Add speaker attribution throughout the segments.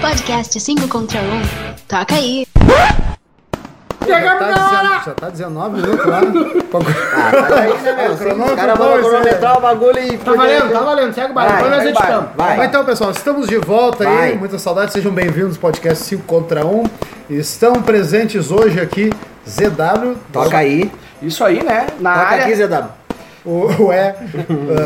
Speaker 1: Podcast 5 contra 1. Toca aí.
Speaker 2: Já tá, dezen- já tá 19 minutos lá.
Speaker 3: Os caras vão cronometrar o bagulho e.
Speaker 2: Tá valendo, tá valendo, segue o barulho,
Speaker 3: é. Vai,
Speaker 2: depois nós
Speaker 3: segue o barco,
Speaker 2: editamos.
Speaker 3: vai.
Speaker 2: Mas Então, pessoal, estamos de volta aí,
Speaker 3: Vai.
Speaker 2: muita saudade, sejam bem-vindos ao podcast 5 contra 1. Estão presentes hoje aqui ZW,
Speaker 3: Toca aí.
Speaker 4: Isso aí, né? Na
Speaker 3: Toca
Speaker 4: área.
Speaker 3: aqui, ZW.
Speaker 2: o, o E, eh,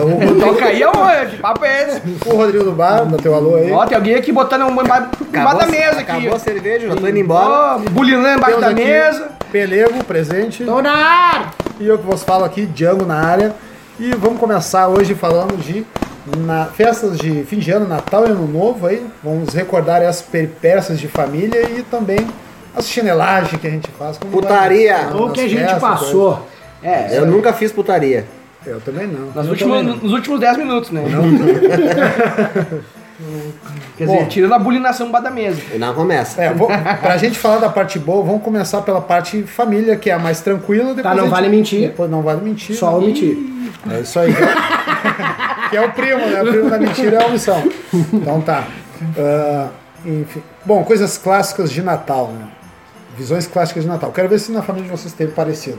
Speaker 2: o, Rodrigo-
Speaker 4: Toca aí, ô, que papo é esse?
Speaker 2: o Rodrigo do Bar, dá teu alô aí.
Speaker 4: Ó, tem alguém aqui botando um emba- embaixo da
Speaker 3: Acabou-
Speaker 4: mesa aqui.
Speaker 3: Acabou a cerveja, já tô indo embora.
Speaker 4: Ó, bulinando embaixo
Speaker 2: Temos
Speaker 4: da
Speaker 2: aqui
Speaker 4: mesa.
Speaker 2: Pelego, presente.
Speaker 4: Tô na área.
Speaker 2: E eu que vos falo aqui, Django na área. E vamos começar hoje falando de na, festas de fim de ano, Natal e Ano Novo aí. Vamos recordar as peripécias de família e também as chinelagens que a gente faz. quando vai-
Speaker 3: Putaria.
Speaker 2: nas
Speaker 5: Ou que a gente
Speaker 2: festas,
Speaker 5: passou.
Speaker 4: É,
Speaker 3: Eu nunca fiz putaria.
Speaker 2: coisa. Eu também não.
Speaker 4: nas
Speaker 2: Eu
Speaker 4: últimas,
Speaker 2: também não.
Speaker 4: nos últimos 10 minutos, né? Quer
Speaker 2: Bom.
Speaker 4: dizer, tirando a bulinação embaixo da mesa.
Speaker 3: E não começa.
Speaker 2: É, vou, pra gente falar da parte boa, vamos começar pela parte família, que é a mais tranquila. depois
Speaker 5: Tá,
Speaker 2: a
Speaker 5: não
Speaker 2: gente-
Speaker 5: vale mentir.
Speaker 2: Depois não vale mentir.
Speaker 5: Só omitir.
Speaker 2: É isso aí. que é o primo, né? O primo da mentira é a omissão. Então tá. Ah, enfim. Bom, coisas clássicas de Natal, né? Visões clássicas de Natal. Quero ver se na família de vocês teve parecido.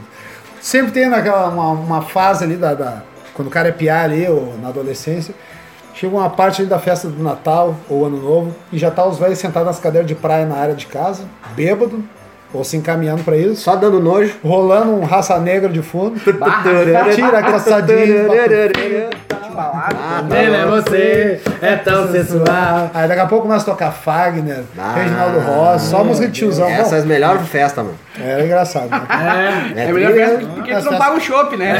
Speaker 2: Sempre tem naquela, uma, uma fase ali da, da- Quando o cara é piá ali, ou na adolescência. Chega uma parte ali da festa do Natal ou Ano Novo e já tá os velhos sentados nas cadeiras de praia na área de casa, bêbado, ou se encaminhando pra isso
Speaker 3: Só dando nojo.
Speaker 2: rolando um raça negra de fundo. Tira a calçadinha.
Speaker 3: Ah, tá.
Speaker 5: é você, é tão sensual.
Speaker 2: Aí daqui a pouco começa a tocar Fagner,
Speaker 3: Ah,
Speaker 2: Reginaldo Ross, só música de tiozão. Bom,
Speaker 3: Essas melhores festas, mano.
Speaker 2: Era engraçado. Né?
Speaker 5: É,
Speaker 4: É, melhor
Speaker 3: trilha,
Speaker 4: mesmo porque
Speaker 2: Nas
Speaker 4: tu
Speaker 2: festas-
Speaker 4: não paga o chopp, né?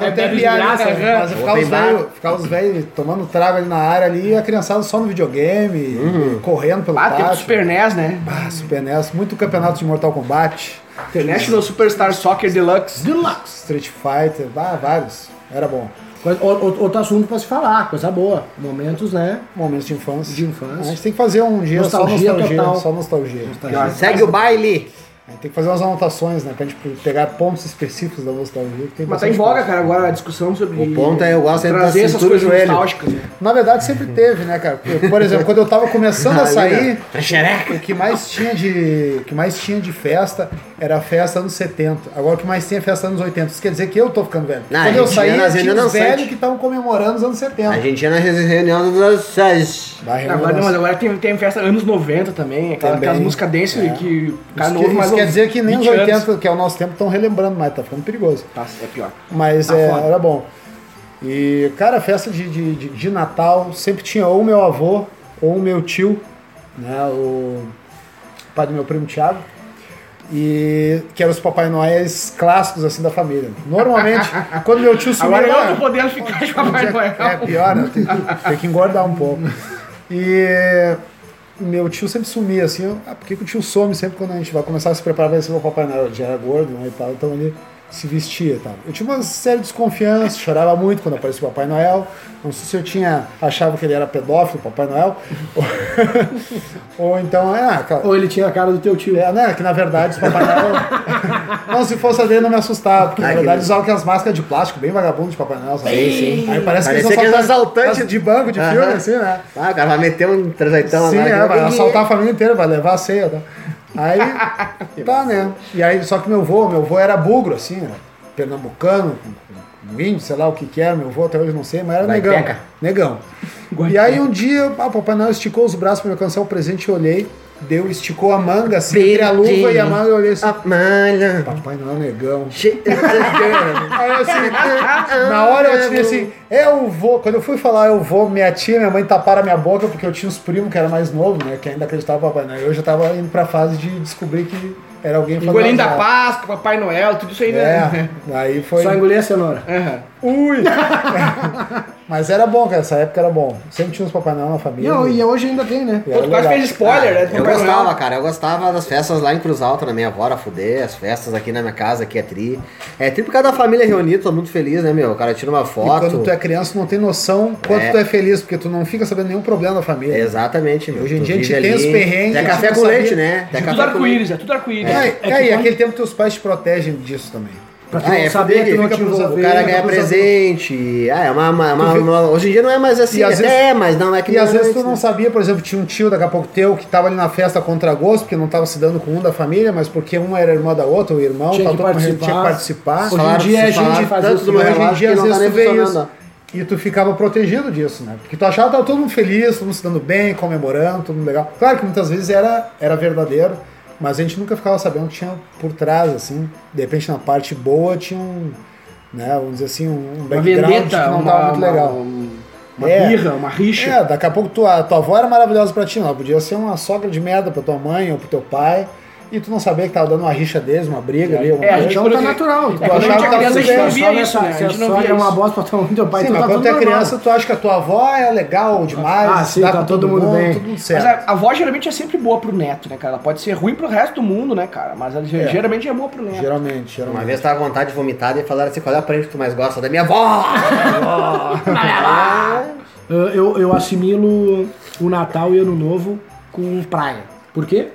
Speaker 2: É
Speaker 5: bebe de graça, né?
Speaker 2: Mas ficar
Speaker 3: Open
Speaker 2: os,
Speaker 3: bar.
Speaker 2: velhos, ficar os velhos tomando trago ali na área ali e a criançada só no videogame,
Speaker 5: Uhum.
Speaker 2: correndo pelo
Speaker 4: Ah, tem o
Speaker 2: pátio.
Speaker 4: Super NES, né?
Speaker 2: Ah, Super NES, muito campeonato de Mortal Kombat,
Speaker 4: International Superstar Soccer Deluxe. Deluxe.
Speaker 2: Street Fighter, ah, vários. Era bom.
Speaker 5: coisa- ou- ou- Outro assunto pra se falar, coisa boa. Momentos, né?
Speaker 2: Momentos de infância.
Speaker 5: De infância.
Speaker 2: A gente tem que fazer um dia
Speaker 5: Nostalgia
Speaker 2: só nostalgia.
Speaker 5: total.
Speaker 2: Só nostalgia.
Speaker 3: Segue o baile.
Speaker 2: A gente tem que fazer umas anotações, né? Pra gente pegar pontos específicos da nostalgia. Que tem
Speaker 4: Mas tá em
Speaker 2: bastante
Speaker 4: voga,
Speaker 2: coisa.
Speaker 4: cara, agora a discussão sobre...
Speaker 3: O ponto é eu gosto sempre da
Speaker 2: assim,
Speaker 4: trazer essas
Speaker 3: cintura e
Speaker 4: coisas
Speaker 3: joelho.
Speaker 4: nostálgicas, né?
Speaker 2: Na verdade, sempre
Speaker 3: Uhum.
Speaker 2: teve, né, cara? Porque, por exemplo, quando eu tava começando
Speaker 3: né?
Speaker 2: a sair,
Speaker 3: Trechereca.
Speaker 2: o que mais tinha de, o que mais tinha de festa era a festa anos 70. Agora o que mais tem é festa anos 80. Isso quer dizer que eu tô ficando velho.
Speaker 3: Não,
Speaker 2: quando
Speaker 3: a
Speaker 2: eu
Speaker 3: gente
Speaker 2: saí,
Speaker 3: era
Speaker 2: tinha
Speaker 3: zero
Speaker 2: os velhos
Speaker 3: dançante.
Speaker 2: que estavam comemorando os anos 70.
Speaker 3: A gente ia na reunião das seis.
Speaker 2: Vai,
Speaker 4: Agora, não, mas agora tem, tem festa anos 90 também, aquela,
Speaker 2: É, Também,
Speaker 4: aquelas músicas dance
Speaker 2: é.
Speaker 4: que o cara
Speaker 2: isso
Speaker 4: não
Speaker 2: que,
Speaker 4: ouve
Speaker 2: isso
Speaker 4: mais
Speaker 2: quer
Speaker 4: uns
Speaker 2: dizer que nem os
Speaker 4: 20 anos.
Speaker 2: 80, que é o nosso tempo, estão relembrando mais. Tá ficando perigoso.
Speaker 4: Tá, é pior.
Speaker 2: Mas
Speaker 4: Tá
Speaker 2: é,
Speaker 4: foda.
Speaker 2: era bom. E, cara, festa de, de, de, de Natal sempre tinha ou meu avô ou meu tio, né? O pai do meu primo Thiago. E que eram os Papai Noéis clássicos assim da família. Normalmente, quando meu tio sumia.
Speaker 4: Agora é eu
Speaker 2: ah,
Speaker 4: tô podendo ficar de Papai Noel.
Speaker 2: é pior, né? tem, que- tem que engordar um pouco. E meu tio sempre sumia assim. eu, Ah, por que, que o tio some sempre quando a gente vai começar a se preparar para receber o Papai Noel? Ele já era gordo né, e tal, então ele se vestia e tal. Eu tinha uma séria desconfiança, chorava muito quando aparecia o Papai Noel. Não sei se eu tinha achava que ele era pedófilo, Papai Noel. ou, ou então, é, ah, cara,
Speaker 5: Ou ele tinha a cara do teu tio.
Speaker 2: é, né? Que na verdade, os Papai Noel. não, se fosse a dele, não me assustava. Porque na
Speaker 3: Ai, que
Speaker 2: verdade
Speaker 3: lindo.
Speaker 2: usavam aquelas máscaras de plástico, bem vagabundo de Papai Noel, sabe?
Speaker 3: Sim, sim.
Speaker 2: Aí parece que eles
Speaker 3: Parecia aqueles
Speaker 2: assaltam-
Speaker 3: assaltantes
Speaker 2: de banco de
Speaker 3: Aham.
Speaker 2: filme, assim, né?
Speaker 3: Ah, o cara vai meter um transaitão
Speaker 2: Sim,
Speaker 3: agora.
Speaker 2: é,
Speaker 3: que
Speaker 2: vai
Speaker 3: não tem
Speaker 2: assaltar a família inteira, vai levar a ceia, né? Aí, tá, né? E aí, só que meu avô, meu avô era bugro, assim, né? pernambucano, com- com índio, sei lá o que que era, meu avô até hoje não sei, mas era negão.
Speaker 3: Guaiteca.
Speaker 2: Negão. E aí um dia, ah, o Papai Noel esticou os braços pra me alcançar o presente, eu olhei, deu, esticou a manga, assim, entre a luva e a manga, eu olhei assim,
Speaker 3: A malha.
Speaker 2: Papai Noel negão.
Speaker 3: Che-
Speaker 2: Aí eu, assim, na hora eu tinha assim, eu vou. Quando eu fui falar eu vou, minha tia, minha mãe taparam a minha boca porque eu tinha os primos que era mais novo, né? Que ainda acreditava no Papai Noel. Eu já tava indo pra fase de descobrir que era alguém fazendo.
Speaker 4: Coelhinho da
Speaker 2: azar.
Speaker 4: Páscoa, Papai Noel, tudo isso aí, né?
Speaker 2: É, aí foi.
Speaker 5: Só engolir a cenoura.
Speaker 4: Aham.
Speaker 2: Ui! Mas era bom, cara, essa época era bom. Sempre tinha uns Papai Noel na
Speaker 5: E,
Speaker 2: família.
Speaker 5: eu- e hoje ainda tem, né?
Speaker 2: era
Speaker 4: Pô, tu quase
Speaker 2: É legal. Ah,
Speaker 4: fez spoiler, né? do
Speaker 3: Eu
Speaker 4: Papai
Speaker 3: gostava,
Speaker 4: Noel.
Speaker 3: cara. Eu gostava das festas lá em Cruz Alta, na minha avó, era fuder, as festas aqui na minha casa, aqui é tri. É tri por causa da família reunida, todo mundo feliz, né, meu? O cara tira uma
Speaker 2: E
Speaker 3: foto.
Speaker 2: quando tu é criança, tu não tem noção quanto
Speaker 3: É.
Speaker 2: tu é feliz, porque tu não fica sabendo nenhum problema da família.
Speaker 3: Exatamente, meu.
Speaker 2: Hoje em
Speaker 3: Tu
Speaker 2: dia a gente
Speaker 3: vive
Speaker 2: tem
Speaker 3: ali.
Speaker 2: os perrengues, a
Speaker 3: É
Speaker 2: gente
Speaker 3: café
Speaker 2: não
Speaker 3: com
Speaker 2: sabia.
Speaker 3: leite, né? É
Speaker 4: Tudo
Speaker 3: café com leite.
Speaker 4: arco-íris, é tudo arco-íris.
Speaker 2: É, é, e aquele tempo teus pais te protegem disso também.
Speaker 5: Pra tu
Speaker 3: Ah, é,
Speaker 5: saber
Speaker 3: porque
Speaker 5: que não
Speaker 3: fica
Speaker 5: te
Speaker 3: pros-
Speaker 5: envolver.
Speaker 3: o cara ganha
Speaker 5: fica pros-
Speaker 3: presente. Ah, é uma, uma- uma-
Speaker 2: vê-
Speaker 3: uma- Hoje em dia não é mais assim.
Speaker 2: E
Speaker 3: Até
Speaker 2: às vezes-
Speaker 3: é, mas não é que
Speaker 2: E
Speaker 3: nem
Speaker 2: às vezes
Speaker 3: antes,
Speaker 2: tu não
Speaker 3: né?
Speaker 2: sabia, por exemplo, tinha um tio daqui a pouco teu que tava ali na festa contra gosto, porque não tava se dando com um da família, mas porque um era irmã da outra, o irmão,
Speaker 5: Tinha
Speaker 2: tal,
Speaker 5: que
Speaker 2: todo mundo
Speaker 5: participar.
Speaker 2: tinha que participar.
Speaker 5: Hoje em dia
Speaker 3: se
Speaker 5: é gente
Speaker 3: falaram
Speaker 5: fazer
Speaker 3: tanto
Speaker 5: o
Speaker 3: do
Speaker 2: E
Speaker 3: meu
Speaker 2: hoje
Speaker 5: filho,
Speaker 2: em
Speaker 3: relato
Speaker 2: dia,
Speaker 3: que
Speaker 2: às
Speaker 3: não tá
Speaker 2: vezes,
Speaker 3: nem
Speaker 2: tu vê
Speaker 3: funcionando.
Speaker 2: isso. E tu ficava protegido disso, né? Porque tu achava que tava todo mundo feliz, todo mundo se dando bem, comemorando, todo mundo legal. Claro que muitas vezes era, era verdadeiro, mas a gente nunca ficava sabendo o que tinha por trás, assim. De repente, na parte boa, tinha um, né, vamos dizer assim, um
Speaker 4: Uma
Speaker 2: background que
Speaker 4: vendetta,
Speaker 2: não
Speaker 4: uma,
Speaker 2: tava muito legal.
Speaker 4: uma, uma
Speaker 2: É.
Speaker 4: birra, uma rixa.
Speaker 2: É, daqui a pouco tua, tua avó era maravilhosa pra ti, não. Ela podia ser uma sogra de merda pra tua mãe ou pro teu pai. E tu não sabia que tava dando uma rixa deles, uma briga ali, alguma
Speaker 4: É, a
Speaker 2: coisa.
Speaker 4: gente
Speaker 5: Então
Speaker 4: quando
Speaker 5: tá
Speaker 4: eu- É,
Speaker 5: natural.
Speaker 2: a
Speaker 4: quando
Speaker 2: gente é criança, a gente não
Speaker 4: via isso, né? A gente não via
Speaker 5: é uma
Speaker 4: isso.
Speaker 5: bosta pra tua mãe, teu pai,
Speaker 2: Sim,
Speaker 5: então
Speaker 2: mas
Speaker 5: tá
Speaker 2: quando
Speaker 5: tudo
Speaker 2: tu é
Speaker 5: normal.
Speaker 2: criança, tu acha que a tua avó é legal demais,
Speaker 5: Ah, sim,
Speaker 2: dá
Speaker 5: tá
Speaker 2: com
Speaker 5: todo mundo
Speaker 2: mundo,
Speaker 5: bem.
Speaker 2: tudo
Speaker 4: Mas
Speaker 2: certo.
Speaker 4: a, a voz geralmente é sempre boa pro neto, né, cara? Ela pode ser ruim pro resto do mundo, né, cara? Mas ela
Speaker 2: É.
Speaker 4: geralmente é boa pro neto.
Speaker 2: Geralmente,
Speaker 3: Uma
Speaker 2: geralmente.
Speaker 3: vez eu tava com vontade de vomitar e falaram assim: qual é a parente que tu mais gosta? Da minha avó!
Speaker 5: Uh, Eu, eu assimilo o Natal e Ano Novo com praia. Por quê?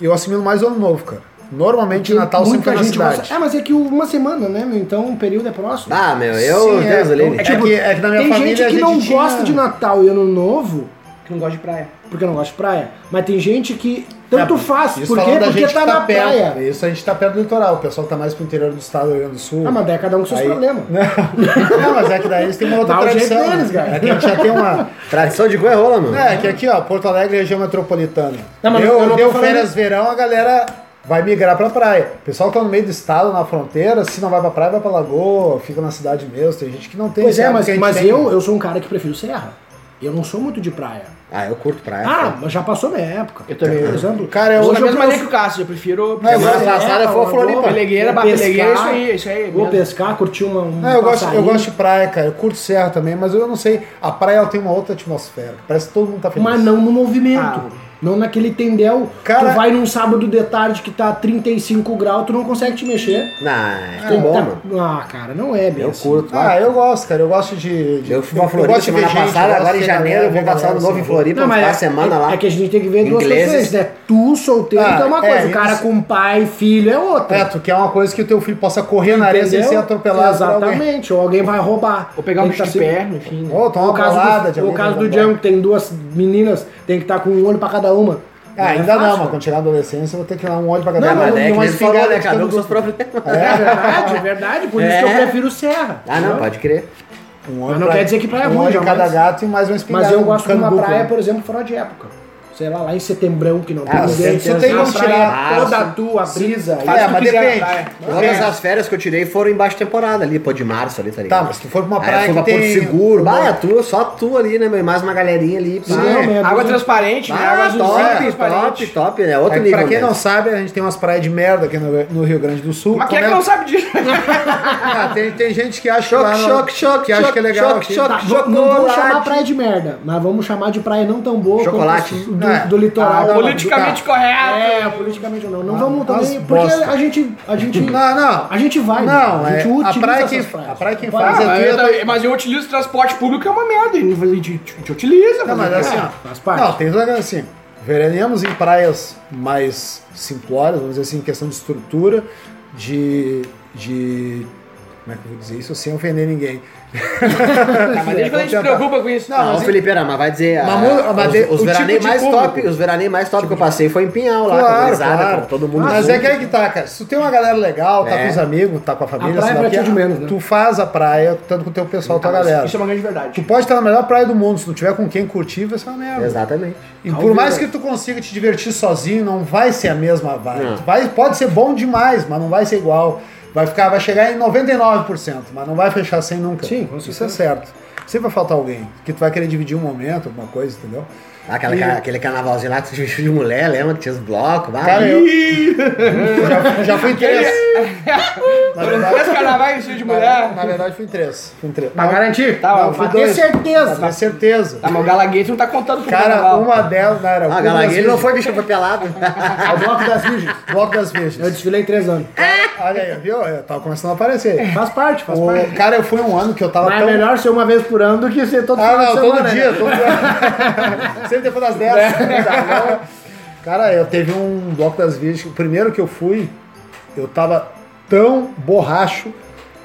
Speaker 2: Eu assimilo mais o ano novo, cara. Normalmente
Speaker 5: Porque
Speaker 2: Natal sempre é na cidade.
Speaker 5: gosta- É, mas é que uma semana, né? meu? Então o período é próximo.
Speaker 3: Ah, meu, eu,
Speaker 2: Sim,
Speaker 3: Deus,
Speaker 2: é,
Speaker 3: Aline.
Speaker 2: é, que, é que na minha
Speaker 5: tipo, tem
Speaker 2: família
Speaker 5: gente
Speaker 2: a
Speaker 5: que não
Speaker 2: tinha-
Speaker 5: gosta de Natal e Ano Novo
Speaker 4: Que não gosta de praia.
Speaker 5: porque não gosta de praia. Mas tem gente que tanto
Speaker 2: É,
Speaker 5: faz.
Speaker 2: isso
Speaker 5: Por
Speaker 2: falando
Speaker 5: quê?
Speaker 2: da
Speaker 5: Porque
Speaker 2: gente
Speaker 5: tá
Speaker 2: que
Speaker 5: na
Speaker 2: perto.
Speaker 5: praia.
Speaker 2: Isso a gente tá perto do litoral. O pessoal que tá mais pro interior do estado do Rio Grande do Sul.
Speaker 5: Ah, mas daí é cada um com seus
Speaker 2: Aí- né,
Speaker 5: problemas.
Speaker 2: Não, mas é que daí eles têm uma outra
Speaker 5: Dá o jeito
Speaker 2: tradição. né?
Speaker 5: deles, cara.
Speaker 2: É que a gente já tem uma.
Speaker 3: Tradição de goiarola, rola, mano.
Speaker 2: É, que aqui, ó, Porto Alegre é região metropolitana.
Speaker 5: Não, mas eu
Speaker 2: deu
Speaker 5: não tô
Speaker 2: deu
Speaker 5: falando-
Speaker 2: férias verão, a galera vai migrar pra praia. O pessoal que tá no meio do estado, na fronteira, se não vai pra praia, vai pra lagoa, fica na cidade mesmo. Tem gente que não tem
Speaker 5: Pois é,
Speaker 2: sabe
Speaker 5: mas,
Speaker 2: que a gente
Speaker 5: mas
Speaker 2: tem.
Speaker 5: eu, eu sou um cara que prefiro serra. Eu não sou muito de praia.
Speaker 3: Ah, eu curto praia.
Speaker 5: Ah, mas já passou minha época. Tá
Speaker 4: Eu também.
Speaker 5: Por exemplo,
Speaker 2: Cara,
Speaker 4: Eu
Speaker 2: eu
Speaker 4: sou
Speaker 2: hoje
Speaker 4: da
Speaker 2: eu
Speaker 4: mesma maneira
Speaker 2: penso...
Speaker 4: que o Cássio, eu prefiro.
Speaker 5: é
Speaker 4: um
Speaker 2: Não, eu
Speaker 4: prefiro-
Speaker 3: Semana
Speaker 2: gosto-
Speaker 3: passada foi a
Speaker 5: vou-
Speaker 3: Floripa.
Speaker 4: é, Pelegueira,
Speaker 5: Vou
Speaker 4: bah, pelegueira, isso aí, isso aí.
Speaker 5: Vou
Speaker 4: beleza.
Speaker 5: pescar, curtir uma. Um
Speaker 2: Não, É, eu gosto, eu
Speaker 5: passarinho.
Speaker 2: gosto de praia, cara. Eu curto serra também, mas eu não sei. A praia ela tem uma outra atmosfera. Parece que todo mundo tá feliz.
Speaker 5: Mas não no movimento.
Speaker 4: Ah.
Speaker 5: Não naquele tendel.
Speaker 2: Cara-
Speaker 5: Tu vai num sábado de tarde que tá 35 graus, tu não consegue te mexer.
Speaker 3: Não, é
Speaker 5: Tem-
Speaker 3: bom,
Speaker 5: tá-
Speaker 3: mano.
Speaker 5: Ah, cara, não é bem
Speaker 3: Eu
Speaker 5: assim.
Speaker 3: curto.
Speaker 2: então. Ah, eu gosto, cara. Eu gosto de. de
Speaker 3: Eu fui pra
Speaker 2: eu
Speaker 3: Floripa
Speaker 2: gosto de ver
Speaker 3: semana
Speaker 2: gente,
Speaker 3: passada,
Speaker 2: eu gosto
Speaker 3: agora em
Speaker 2: de ver galera,
Speaker 3: janeiro eu vou
Speaker 2: ver
Speaker 3: passar o
Speaker 2: galera,
Speaker 3: novo em
Speaker 2: assim.
Speaker 3: Floripa,
Speaker 5: Não,
Speaker 3: vou
Speaker 5: mas
Speaker 3: ficar
Speaker 5: é,
Speaker 3: a semana
Speaker 5: é-
Speaker 3: lá.
Speaker 5: é que a gente tem que ver duas
Speaker 3: Ingleses.
Speaker 5: questões, né? Tu solteiro
Speaker 2: Ah,
Speaker 5: tu é uma
Speaker 2: é,
Speaker 5: coisa, o
Speaker 2: isso.
Speaker 5: cara com pai, filho é outra.
Speaker 2: É, tu quer uma coisa que o teu filho possa correr na areia sem
Speaker 5: Entendeu?
Speaker 2: ser atropelado. por alguém.
Speaker 5: Exatamente, ou alguém vai roubar.
Speaker 4: Vou pegar um
Speaker 5: Tem
Speaker 4: bicho
Speaker 5: que tá
Speaker 4: de
Speaker 5: sempre-
Speaker 4: perna, enfim. né?
Speaker 2: Ou toma
Speaker 5: O
Speaker 2: uma balada
Speaker 5: caso,
Speaker 2: de
Speaker 5: do, o
Speaker 2: alguém, tá Ah,
Speaker 5: caso
Speaker 2: vamos
Speaker 5: do
Speaker 2: embora.
Speaker 5: Django, que tem duas meninas, tem que estar com um olho pra cada uma.
Speaker 2: Ah,
Speaker 5: é
Speaker 2: ainda
Speaker 5: fácil,
Speaker 2: não, mas
Speaker 5: cara.
Speaker 2: quando chegar na adolescência eu vou ter que dar um olho pra
Speaker 5: Não,
Speaker 2: galera.
Speaker 5: mas
Speaker 3: Mas é
Speaker 2: e
Speaker 3: que
Speaker 2: uma
Speaker 3: nem tu falou, né?
Speaker 2: espingarda de
Speaker 3: Cada um com
Speaker 2: todo
Speaker 3: seus
Speaker 2: mundo.
Speaker 3: problemas.
Speaker 5: É verdade, é verdade. Por isso que eu
Speaker 3: É.
Speaker 5: prefiro Serra.
Speaker 3: Ah, não,
Speaker 5: entendeu?
Speaker 3: pode crer.
Speaker 2: Um
Speaker 5: Mas
Speaker 2: olho
Speaker 5: não
Speaker 2: pra-
Speaker 5: quer dizer que praia é
Speaker 2: um
Speaker 5: ruim,
Speaker 2: olho em cada
Speaker 5: jamais.
Speaker 2: gato e mais um uma espingarda.
Speaker 5: Mas eu gosto de uma
Speaker 2: Cambuco,
Speaker 5: praia,
Speaker 2: né?
Speaker 5: por exemplo, fora de época. Sei lá, lá em setembrão que não tem
Speaker 3: Ah, você
Speaker 5: ninguém. Você
Speaker 2: tem
Speaker 5: tem uma
Speaker 2: como
Speaker 5: praia
Speaker 3: tirar.
Speaker 5: toda
Speaker 3: Ah,
Speaker 5: a tua, brisa.
Speaker 2: faz
Speaker 5: e-
Speaker 2: o que quiser,
Speaker 4: praia.
Speaker 3: Todas as férias que eu tirei foram em baixa temporada ali, pô, de março ali, tá ligado?
Speaker 2: Tá, mas se tu for pra uma
Speaker 5: Ah,
Speaker 3: Aí
Speaker 2: praia
Speaker 3: eu fui
Speaker 2: que
Speaker 3: pra Porto
Speaker 2: tem-
Speaker 3: Seguro,
Speaker 2: uma-
Speaker 3: bah, é tua, só tu ali, né, meu? E mais uma galerinha ali, pá.
Speaker 5: Não,
Speaker 2: Sim.
Speaker 5: meia
Speaker 4: Água
Speaker 5: dúzia.
Speaker 4: transparente, né? Água
Speaker 3: Ah,
Speaker 4: azulzinha
Speaker 3: top,
Speaker 4: transparente.
Speaker 3: top, top, né? Outro
Speaker 2: É que
Speaker 3: nível.
Speaker 2: pra quem
Speaker 3: né?
Speaker 2: não sabe, a gente tem umas praias de merda aqui no, no Rio Grande do Sul.
Speaker 4: Mas quem é que
Speaker 2: Como
Speaker 4: não sabe disso?
Speaker 2: Ah, tem, tem gente que acha que
Speaker 3: Choque,
Speaker 2: lá no-
Speaker 3: choque, choque,
Speaker 2: que acha
Speaker 3: choque,
Speaker 2: que é legal.
Speaker 3: choque,
Speaker 2: aqui.
Speaker 3: choque.
Speaker 5: Tá, vou- não vamos chamar praia de merda, mas vamos chamar de praia não tão boa quanto
Speaker 3: Chocolate.
Speaker 5: as do,
Speaker 2: É.
Speaker 5: do litoral.
Speaker 2: Ah, não,
Speaker 4: Politicamente
Speaker 2: do
Speaker 4: correto.
Speaker 5: É, politicamente ou não. Não
Speaker 2: Ah,
Speaker 5: vamos
Speaker 2: as
Speaker 5: também. Porque
Speaker 2: bosta.
Speaker 5: a gente. A gente,
Speaker 2: Não, não.
Speaker 5: a gente vai.
Speaker 2: Não,
Speaker 5: né? a gente
Speaker 2: é, a
Speaker 5: utiliza
Speaker 2: praia
Speaker 5: essas
Speaker 2: que-
Speaker 5: praias.
Speaker 2: a praia que
Speaker 5: Vai.
Speaker 2: faz
Speaker 4: Ah,
Speaker 2: é-
Speaker 4: mas, eu,
Speaker 2: tu ia-
Speaker 4: também- mas eu utilizo transporte público, é uma merda. A gente, a gente utiliza.
Speaker 2: Não, mas
Speaker 4: fazer o
Speaker 2: assim,
Speaker 4: quê?
Speaker 2: ó.
Speaker 5: faz parte.
Speaker 2: Não, tem toda assim. Veraneamos em praias mais simplórias, vamos dizer assim, em questão de estrutura, de. de como é que eu vou dizer isso sem ofender ninguém?
Speaker 4: Ah, mas deixa eu ver, a gente se preocupa com isso.
Speaker 2: Não,
Speaker 3: Não,
Speaker 2: Ah, mas- é-
Speaker 3: Felipe Era, mas vai dizer.
Speaker 2: Mas
Speaker 3: ah,
Speaker 2: mu- mas de-
Speaker 3: os, os
Speaker 2: o
Speaker 3: veraneios
Speaker 2: tipo de
Speaker 3: mais
Speaker 2: público. Tipo
Speaker 3: top, os veraneios mais top que eu passei foi em Pinhal lá, com a
Speaker 2: Claro,
Speaker 3: gurizada,
Speaker 2: claro.
Speaker 3: com todo mundo.
Speaker 2: Mas
Speaker 3: junto.
Speaker 2: é que aí que tá, cara. Se tu tem uma galera legal, tá
Speaker 3: É.
Speaker 2: com os amigos, tá com a família,
Speaker 5: A praia
Speaker 2: sei lá
Speaker 5: pra
Speaker 2: o quê,
Speaker 5: ti é de menos, né?
Speaker 2: tu faz a praia, tanto com o teu pessoal, tua galera.
Speaker 4: Isso é uma grande
Speaker 2: Tu
Speaker 4: verdade.
Speaker 2: pode estar na melhor praia do mundo, se não tiver com quem curtir, vai ser uma merda.
Speaker 3: Exatamente.
Speaker 2: E por mais que tu consiga te divertir sozinho, não vai ser a mesma vibe. Vai, pode ser bom demais, mas não vai ser igual. Vai ficar, vai chegar em 99%, mas não vai fechar 100 nunca.
Speaker 5: Sim, com
Speaker 2: isso é certo. Sempre vai faltar alguém que tu vai querer dividir um momento, alguma coisa, entendeu?
Speaker 3: Aquela,
Speaker 2: E-
Speaker 3: Aquele carnavalzinho lá que tu vestiu de mulher, lembra? que Tinha os blocos, vai.
Speaker 2: Cara, eu já, já fui em três. na,
Speaker 4: Três
Speaker 2: verdade,
Speaker 4: carnavais vestidos é de
Speaker 2: na,
Speaker 4: mulher.
Speaker 2: na verdade, fui em três. Fui em três.
Speaker 5: Pra garantir?
Speaker 4: Tá,
Speaker 5: Não,
Speaker 4: mas
Speaker 5: pra
Speaker 2: fui
Speaker 5: ter
Speaker 2: dois.
Speaker 5: certeza.
Speaker 2: Pra ter certeza.
Speaker 4: Tá, mas o Galaguete não tá contando pro
Speaker 2: Cara,
Speaker 4: carnaval.
Speaker 2: uma delas, não era.
Speaker 3: Ah,
Speaker 2: uma
Speaker 3: Galagueiro não
Speaker 2: das
Speaker 3: foi bicho foi pelado.
Speaker 5: É o bloco das virgens.
Speaker 2: virgens. Bloco das
Speaker 5: Eu
Speaker 2: Virgens.
Speaker 5: desfilei três anos.
Speaker 2: Olha aí, viu? Eu tava começando a aparecer.
Speaker 5: É. Faz parte, faz
Speaker 2: O-
Speaker 5: parte.
Speaker 2: cara, eu fui um ano que eu tava
Speaker 5: Mas é
Speaker 2: tão.
Speaker 5: melhor ser uma vez por ano do que ser todo
Speaker 2: Ah,
Speaker 5: final
Speaker 2: não,
Speaker 5: de
Speaker 2: todo
Speaker 5: semana,
Speaker 2: dia,
Speaker 5: né?
Speaker 2: todo dia. Sempre depois das
Speaker 5: É.
Speaker 2: 10. Cara, eu teve um bloco das virgens. O primeiro que eu fui, eu tava tão borracho,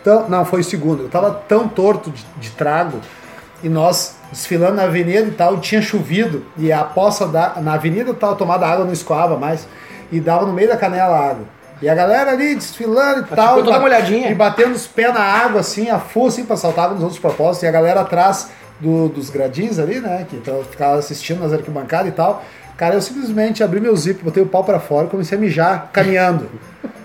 Speaker 2: tão. Não, foi o segundo. Eu tava tão torto de, de trago. E nós desfilando na avenida e tal, e tinha chovido. E a poça da, na avenida e tal, tomada água não escoava mais. E dava no meio da canela a água. E a galera ali desfilando e tal.
Speaker 4: ficou toda
Speaker 2: ba-
Speaker 4: molhadinha.
Speaker 2: E batendo os pés na água, assim, a full, assim, pra saltar nos outros propósitos. E a galera atrás do- dos gradins ali, né? Que então, ficava assistindo nas arquibancadas e tal. Cara, eu simplesmente abri meu zip, botei o pau pra fora e comecei a mijar caminhando.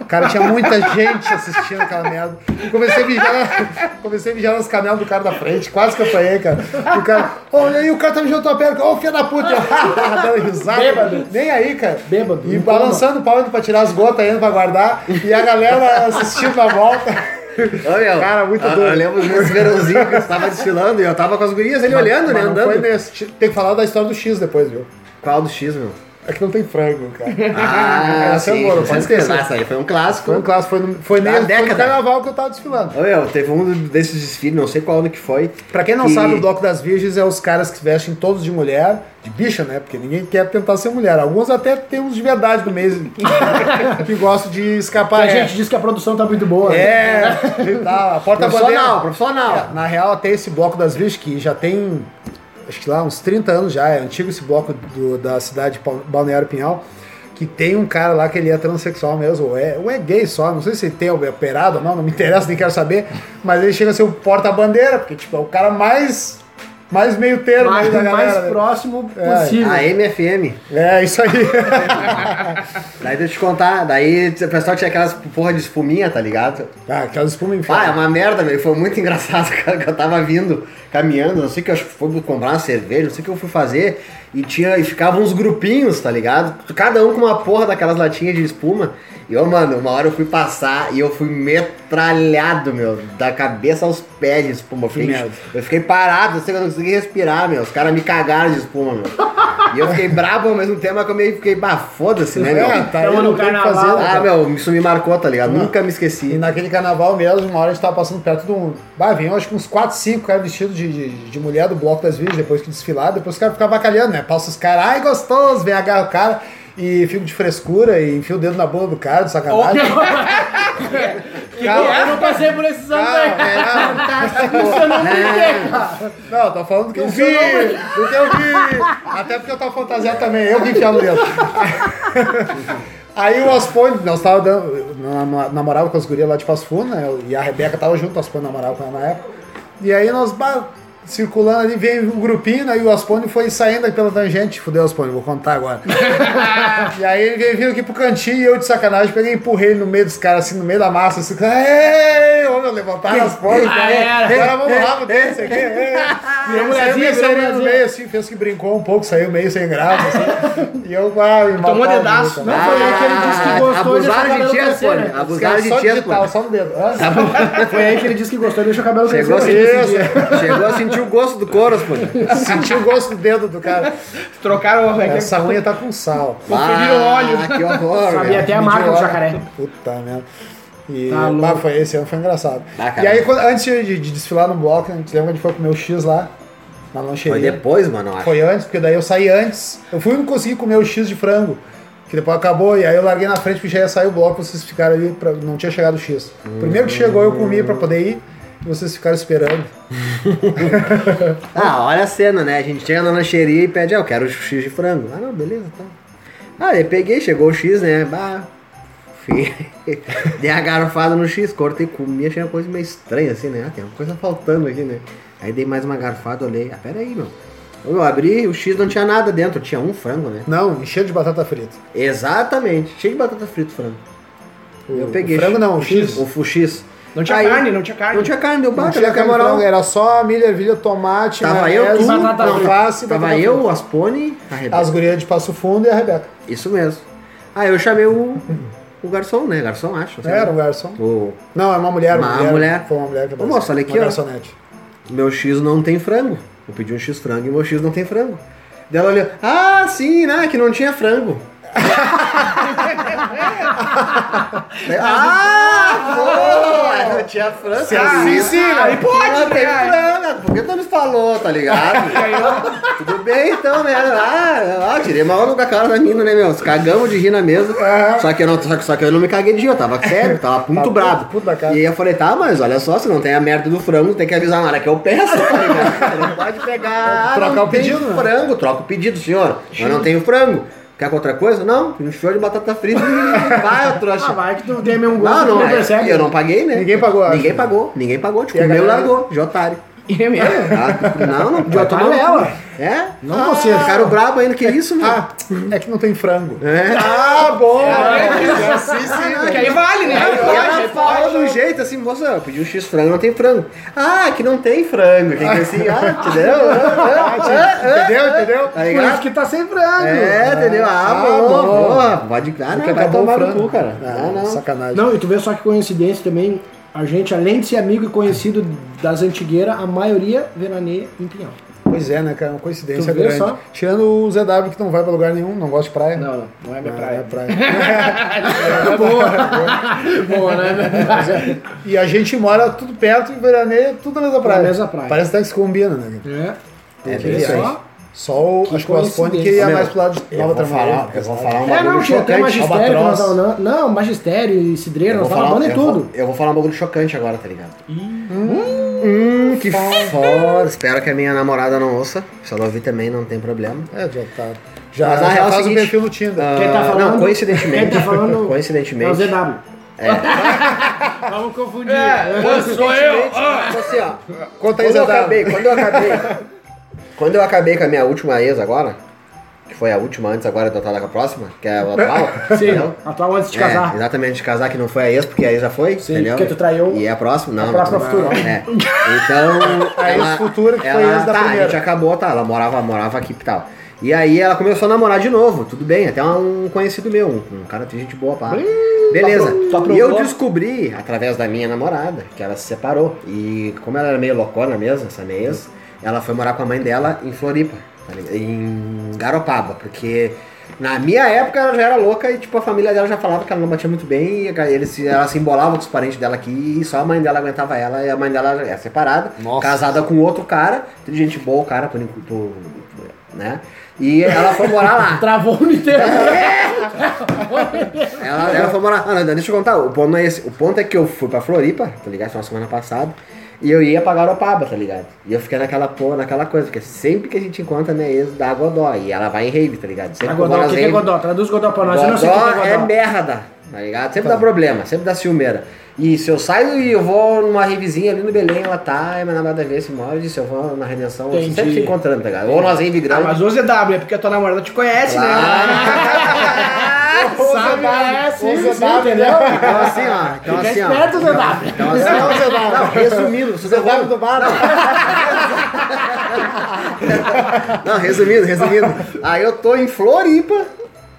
Speaker 2: Cara, tinha muita gente assistindo aquela merda. E comecei a mijar, comecei a mijar nas canelas do cara da frente, quase que eu apanhei, cara. E o cara, olha aí, o cara tá mijando tua perna, ô filho da puta, dando risada.
Speaker 5: Bêbado.
Speaker 2: Nem aí, cara.
Speaker 5: Bêbado,
Speaker 2: E
Speaker 5: não
Speaker 2: balançando o pau indo pra tirar as gotas, indo pra guardar. E a galera assistindo na volta.
Speaker 3: Ô, meu, ah,
Speaker 2: Cara, muito
Speaker 3: eu,
Speaker 2: doido.
Speaker 3: eu lembro desse verãozinho que eu estava desfilando e eu tava com as gurias ali olhando, né?
Speaker 2: Mas não
Speaker 3: Andando.
Speaker 2: foi nesse. Tem que falar da história do X depois, viu?
Speaker 3: Qual do X, meu?
Speaker 2: É que não tem frango, cara.
Speaker 3: Ah,
Speaker 2: Essa é
Speaker 3: sim.
Speaker 2: boa,
Speaker 3: Você
Speaker 2: pode
Speaker 3: esqueceu.
Speaker 2: esquecer.
Speaker 3: Essa aí foi um clássico.
Speaker 2: Foi um clássico, foi, no, foi
Speaker 3: Da
Speaker 2: nesse foi no
Speaker 3: década.
Speaker 2: carnaval que eu tava desfilando.
Speaker 3: Ô, meu, teve um desses desfiles, não sei qual ano que foi.
Speaker 2: Pra quem não
Speaker 3: que-
Speaker 2: sabe, o Bloco das Virgens é os caras que vestem todos de mulher, de bicha, né? Porque ninguém quer tentar ser mulher. Alguns até tem uns de verdade no mês que, que gostam de escapar.
Speaker 5: A
Speaker 2: é.
Speaker 5: gente disse que a produção tá muito boa. né?
Speaker 2: É, e tal,
Speaker 3: Profissional,
Speaker 2: a porta-bandeira.
Speaker 3: profissional.
Speaker 2: É, Na real, até esse bloco das Virgens, que já tem, acho que lá uns 30 anos já, é antigo esse bloco do- da cidade de Pal- Balneário Pinhal, que tem um cara lá que ele é transexual mesmo, ou é, ou é gay só, não sei se ele tem alguém operado ou não, não me interessa, nem quero saber, mas ele chega a ser o porta-bandeira, porque tipo, é o cara mais, mais meio termo aí
Speaker 5: Mas
Speaker 2: da
Speaker 5: o mais
Speaker 2: galera, né?
Speaker 5: próximo possível.
Speaker 3: A MFM.
Speaker 2: É, isso aí.
Speaker 3: Daí deixa eu te contar. Daí o pessoal tinha aquelas porra de espuminha, tá ligado?
Speaker 2: ah, aquelas espuma
Speaker 3: Pá, é
Speaker 2: enfiada.
Speaker 3: uma merda, meu. Foi muito engraçado, cara, que eu tava vindo, caminhando, não sei o que eu acho que fui comprar uma cerveja, não sei o que eu fui fazer. E tinha, e ficavam uns grupinhos, tá ligado? Cada um com uma porra daquelas latinhas de espuma. E eu, mano, uma hora eu fui passar e eu fui metralhado, meu, da cabeça aos pés de espuma. Eu fiquei,
Speaker 2: merda.
Speaker 3: eu fiquei parado, assim, eu não consegui respirar, meu. Os caras me cagaram de espuma, meu. E eu fiquei brabo ao mesmo tempo, mas que eu meio fiquei, bah, foda-se, né, meu?
Speaker 2: É, tá aí,
Speaker 5: Tamo
Speaker 2: não
Speaker 5: no
Speaker 2: tem o que
Speaker 5: carnaval.
Speaker 2: fazer, né,
Speaker 3: Ah,
Speaker 2: cara?
Speaker 3: meu, isso me marcou, tá ligado? Nunca me esqueci.
Speaker 2: E naquele carnaval mesmo, uma hora a gente tava passando perto de um. Bah, vinha acho que uns 4, 5 caras vestidos de, de, de mulher do bloco das virgens, depois que desfilar, depois os caras ficavam avacalhando, né? Passa os caras, ai gostoso, vem agarra o cara e fico de frescura e enfia o dedo na bunda do cara, de sacanagem. Ah, Calma.
Speaker 5: Eu não passei por esses anos
Speaker 2: Calma,
Speaker 5: aí.
Speaker 2: é, não,
Speaker 5: Isso eu não
Speaker 2: É.
Speaker 5: brinquei, cara.
Speaker 2: não, tô falando do que eu vi, do que eu vi. Até porque eu tava fantasiado também, eu que enfiava o dedo. Aí o Aspone, nós tava dando, na- na- namorava com as gurias lá de Passo Fundo, né? E a Rebeca tava junto, o Aspone namorava com ela na época. E aí nós bah, circulando ali, veio um grupinho, aí o Aspone foi saindo aqui pela tangente. Fudeu, Aspone, vou contar agora. e aí ele veio vindo aqui pro cantinho e eu de sacanagem peguei e empurrei ele no meio dos caras, assim, no meio da massa, assim, ei, homem, levantaram as portas,
Speaker 5: Ah,
Speaker 2: cara.
Speaker 5: era.
Speaker 2: Agora vamos lá, vamos ter isso aqui. é. E ele saiu
Speaker 5: mulherzinha,
Speaker 2: meio sereno
Speaker 5: virou
Speaker 2: no
Speaker 5: mulherzinha.
Speaker 2: meio, assim, fez que brincou um pouco, saiu meio sem graça, assim. E eu, ah, me
Speaker 4: Tomou
Speaker 2: matava,
Speaker 4: dedaço.
Speaker 2: cara.
Speaker 5: Não foi aí que ele disse que gostou e deixou o
Speaker 3: Ah, Abusaram de
Speaker 5: cabelo
Speaker 3: ti,
Speaker 5: crescer,
Speaker 3: Aspone.
Speaker 5: né?
Speaker 3: Abusaram de
Speaker 2: Só
Speaker 3: ti,
Speaker 2: digital,
Speaker 3: Aspone.
Speaker 2: só no dedo. Ah,
Speaker 5: Foi aí que ele disse que gostou e deixou o cabelo
Speaker 3: Chegou a,
Speaker 5: crescer.
Speaker 3: sentir,
Speaker 2: Isso.
Speaker 3: chegou a sentir o gosto do couro, Aspone.
Speaker 5: Tá
Speaker 2: Sentiu o gosto do dedo do cara.
Speaker 4: Trocaram o
Speaker 5: É.
Speaker 2: Essa unha tá com sal.
Speaker 4: Conferiram o óleo.
Speaker 3: Ah, que horror,
Speaker 5: Sabia
Speaker 3: velho.
Speaker 5: até a marca do
Speaker 2: Idiota.
Speaker 5: jacaré.
Speaker 2: Puta merda. E
Speaker 5: Tá
Speaker 2: bah,
Speaker 5: louco. Tá,
Speaker 2: foi esse ano, foi engraçado.
Speaker 3: Ah, cara.
Speaker 2: e aí, quando- antes de, de desfilar no bloco, a gente lembra que a gente foi comer o X lá, na
Speaker 3: Foi
Speaker 2: lancheria.
Speaker 3: depois, mano, eu acho.
Speaker 2: Foi antes, porque daí eu saí antes. Eu fui e não consegui comer o X de frango. Que depois acabou, e aí eu larguei na frente porque já ia sair o bloco, vocês ficaram ali, pra- não tinha chegado o X. Primeiro que
Speaker 5: Hum.
Speaker 2: chegou, eu comi pra poder ir, e vocês ficaram esperando.
Speaker 3: Ah, olha a cena, né? A gente chega na lancheria e pede, ah, eu quero X de frango. Ah, não, beleza, tá. Ah, eu peguei, chegou o X, né? Bah, fui. Dei a garfada no X, cortei, comi, achei uma coisa meio estranha, assim, né? Ah, tem uma coisa faltando aqui, né? Aí dei mais uma garfada, olhei, ah, pera aí, meu. Eu abri, o X não tinha nada dentro, tinha um frango, né?
Speaker 2: Não, encheram de batata frita.
Speaker 3: Exatamente, cheio de batata frita o frango.
Speaker 2: O-
Speaker 3: eu peguei.
Speaker 2: o frango não, o X.
Speaker 3: O, o X.
Speaker 4: Não tinha
Speaker 3: Aí-
Speaker 4: carne, não tinha carne.
Speaker 3: Não tinha carne, deu
Speaker 2: Não
Speaker 3: bata,
Speaker 2: tinha
Speaker 3: né,
Speaker 2: carne de
Speaker 3: camarão.
Speaker 2: frango, era só milho, ervilha, tomate,
Speaker 3: Tava eu, tu,
Speaker 2: maionese,
Speaker 5: batata frita.
Speaker 2: alface,
Speaker 3: Tava
Speaker 2: batata
Speaker 3: eu,
Speaker 2: frita.
Speaker 3: o Aspone, a Rebeca.
Speaker 2: as gurias de Passo Fundo e a Rebeca.
Speaker 3: Isso mesmo. Aí eu chamei o, o garçom, né? Garçom, acho. sei
Speaker 2: Era
Speaker 3: lá.
Speaker 2: um garçom.
Speaker 3: O
Speaker 2: Não, é uma mulher.
Speaker 3: Uma mulher.
Speaker 2: Foi uma mulher que
Speaker 3: Ô, moço, olha aqui,
Speaker 2: Uma
Speaker 3: ó.
Speaker 2: garçonete.
Speaker 3: meu X não tem frango. Eu pedi um X frango e meu X não tem frango. Daí ela olhou, ah, sim, né? Que não tinha frango. Daí, ah, boa! Cara, eu tinha França.
Speaker 2: Se assim, sim, né?
Speaker 3: Não tem problema, porque tu nos falou, tá ligado? Tudo bem então, né? Ah, ah, tirei uma onda da cara da mina, né, meu? Nos Cagamos de rir na mesa.
Speaker 2: É. Tá
Speaker 3: Só que eu não, só, que- só que eu não me caguei de rir, eu tava sério, tava muito
Speaker 2: puto,
Speaker 3: brabo.
Speaker 2: puto da cara.
Speaker 3: E aí eu falei, tá, mas olha só, se não tem a merda do frango, tem que avisar na hora que eu peço, tá ligado? Você Não pode pegar. ah,
Speaker 2: Trocar
Speaker 3: não
Speaker 2: o
Speaker 3: tem
Speaker 2: pedido, né?
Speaker 3: frango, troca o pedido, senhor. Eu não tenho frango. Quer outra coisa? Não, um show de batata frita. Vai, eu trouxa.
Speaker 5: Ah, vai que tu tem mesmo gosto,
Speaker 3: Não,
Speaker 5: tu
Speaker 3: não,
Speaker 5: não
Speaker 3: é,
Speaker 5: percebe.
Speaker 3: eu não paguei, né?
Speaker 2: Ninguém pagou, acho.
Speaker 3: Ninguém pagou, ninguém pagou. Tipo,
Speaker 2: E a
Speaker 3: o meu
Speaker 2: galera-
Speaker 3: largou, de otário.
Speaker 4: É mesmo?
Speaker 3: Ah, não, não, de otário
Speaker 5: otário
Speaker 3: não.
Speaker 5: não, ué.
Speaker 3: É?
Speaker 2: Não você.
Speaker 3: Ficaram brabo ainda, que isso, meu?
Speaker 2: Ah, é que não tem frango.
Speaker 3: É.
Speaker 2: Ah, bom!
Speaker 3: Sim, sim,
Speaker 4: Porque aí vale, né?
Speaker 3: E ela fala de um jeito assim, moça, eu pedi um X frango, não tem frango. Ah, que não tem frango. Tem que assim, ah, entendeu? Ah, ah, ah,
Speaker 2: Entendeu? Entendeu?
Speaker 3: Tá
Speaker 5: Por isso
Speaker 3: ligado?
Speaker 5: que tá sem frango.
Speaker 3: É, entendeu? Ah,
Speaker 2: Ah,
Speaker 3: bom,
Speaker 2: bom.
Speaker 3: boa. Pode, ah,
Speaker 2: Porque
Speaker 3: não, vai
Speaker 2: acabou o
Speaker 3: tomar no
Speaker 2: frango.
Speaker 3: cu, cara.
Speaker 2: Ah,
Speaker 3: Ah, não.
Speaker 2: Sacanagem.
Speaker 5: Não, e tu vê só que coincidência também, a gente, além de ser amigo e conhecido das antigueiras, a maioria veraneia em Pinhal.
Speaker 2: Pois é, né, cara? Uma coincidência
Speaker 5: Tu vê
Speaker 2: grande.
Speaker 5: só?
Speaker 2: Tirando o ZW que não vai pra lugar nenhum, não gosta de praia.
Speaker 4: Não, não, não é minha
Speaker 2: Ah,
Speaker 4: praia.
Speaker 2: é praia.
Speaker 4: Boa, né?
Speaker 2: E a gente mora tudo perto e veraneia tudo na mesma praia.
Speaker 5: mesma praia.
Speaker 2: Parece até que se combina, né? cara?
Speaker 5: É.
Speaker 3: É
Speaker 5: Tu vê
Speaker 3: bem isso aí.
Speaker 5: só.
Speaker 2: Só o, acho que o Aspone que
Speaker 5: coincidência.
Speaker 2: ia
Speaker 3: Meu,
Speaker 2: mais pro lado de
Speaker 3: Eu
Speaker 2: Nova
Speaker 3: vou
Speaker 2: Termal.
Speaker 3: falar, eu vou falar um
Speaker 5: É, não,
Speaker 3: bagulho
Speaker 5: tinha até
Speaker 3: chocante.
Speaker 5: magistério,
Speaker 2: albatroz.
Speaker 5: nós não, não, magistério e cidreiro,
Speaker 3: Eu
Speaker 5: nós
Speaker 3: vou falar,
Speaker 5: falando em
Speaker 3: eu vou-
Speaker 5: tudo.
Speaker 3: eu vou falar um bagulho chocante agora, tá ligado? Hum, que foda. Espero que a minha namorada não ouça. Se ela ouvir também, não tem problema.
Speaker 2: É, já tá. Já,
Speaker 3: Mas na
Speaker 2: já
Speaker 3: real é o
Speaker 2: faz o
Speaker 3: seguinte,
Speaker 2: perfil no Tinder.
Speaker 3: ah,
Speaker 5: Quem tá falando?
Speaker 3: Não, coincidentemente.
Speaker 5: Quem tá falando? É o
Speaker 3: Coincidentemente.
Speaker 5: ZW. É. Vamos confundir.
Speaker 4: sou eu! Ah.
Speaker 3: Tipo assim, ó.
Speaker 2: Conta aí,
Speaker 3: Quando eu
Speaker 2: Zé Dado.
Speaker 3: acabei, quando eu acabei. quando eu acabei com a minha última ex agora, que foi a última antes agora de eu estar com a próxima, que é a atual. entendeu?
Speaker 5: Sim, atual antes de casar.
Speaker 3: É, exatamente, de casar, que não foi a ex, porque a ex já foi.
Speaker 5: Sim,
Speaker 3: entendeu?
Speaker 5: porque tu traiu
Speaker 3: E é a próxima? Não,
Speaker 5: a próxima
Speaker 3: não,
Speaker 5: futura.
Speaker 3: É. Então.
Speaker 2: A ex
Speaker 3: ela-
Speaker 2: futura, que foi
Speaker 3: ela-
Speaker 2: ex da
Speaker 3: tá,
Speaker 2: primeira.
Speaker 3: A gente acabou, tá? Ela morava, morava aqui e tal. E aí ela começou a namorar de novo, tudo bem, até um conhecido meu, um, um cara tem gente boa, pá. Beleza.
Speaker 5: tá
Speaker 4: aprovou?
Speaker 3: e eu descobri, através da minha namorada, que ela se separou. E como ela era meio loucona mesmo, essa minha ex, ela foi morar com a mãe dela em Floripa, tá ligado? em Garopaba, porque na minha época ela já era louca e tipo a família dela já falava que ela não batia muito bem e a- eles, se- ela se embolava com os parentes dela aqui e só a mãe dela aguentava ela e a mãe dela é separada,
Speaker 2: Nossa.
Speaker 3: casada com outro cara, tem gente boa o cara, por, enqu- por, né? E ela foi morar lá.
Speaker 5: Travou o inteiro.
Speaker 3: Ela, ela foi morar. Ah, não, deixa eu contar. O ponto não é esse. O ponto é que eu fui pra Floripa, tá ligado? Foi uma semana passada. E eu ia pra Garopaba, tá ligado? E eu fiquei naquela porra, naquela coisa, porque sempre que a gente encontra a minha ex dá Godó. E ela vai em rave, tá ligado? Sempre
Speaker 5: Tá,
Speaker 3: que eu vou
Speaker 5: Godó, o
Speaker 3: nas
Speaker 5: que, que é
Speaker 3: rave,
Speaker 5: Godó? Traduz Godó pra nós. eu não sei o que
Speaker 3: Godó é
Speaker 5: que é Godó. Então.
Speaker 3: merda, tá ligado? Sempre dá problema, sempre dá ciumeira. E se eu saio e eu vou numa revizinha ali no Belém, ela tá, é minha namorada vê se morde, se eu vou na Redenção, eu
Speaker 5: Entendi.
Speaker 3: sempre se encontrando, tá ligado? Ou nas rave
Speaker 4: Ah,
Speaker 3: grandes.
Speaker 4: mas o ZW é porque a tua namorada te conhece,
Speaker 5: né?
Speaker 2: Ah.
Speaker 3: Ah,
Speaker 4: né?
Speaker 5: Sabe, é, sim, sim, entendeu?
Speaker 3: Então assim, ó. Então
Speaker 5: Fica
Speaker 3: assim, ó.
Speaker 5: esperto, ZW.
Speaker 3: Então assim, ó. Não, resumindo, se você for-
Speaker 2: do bar.
Speaker 3: Não, resumindo, resumindo. Aí eu tô em Floripa,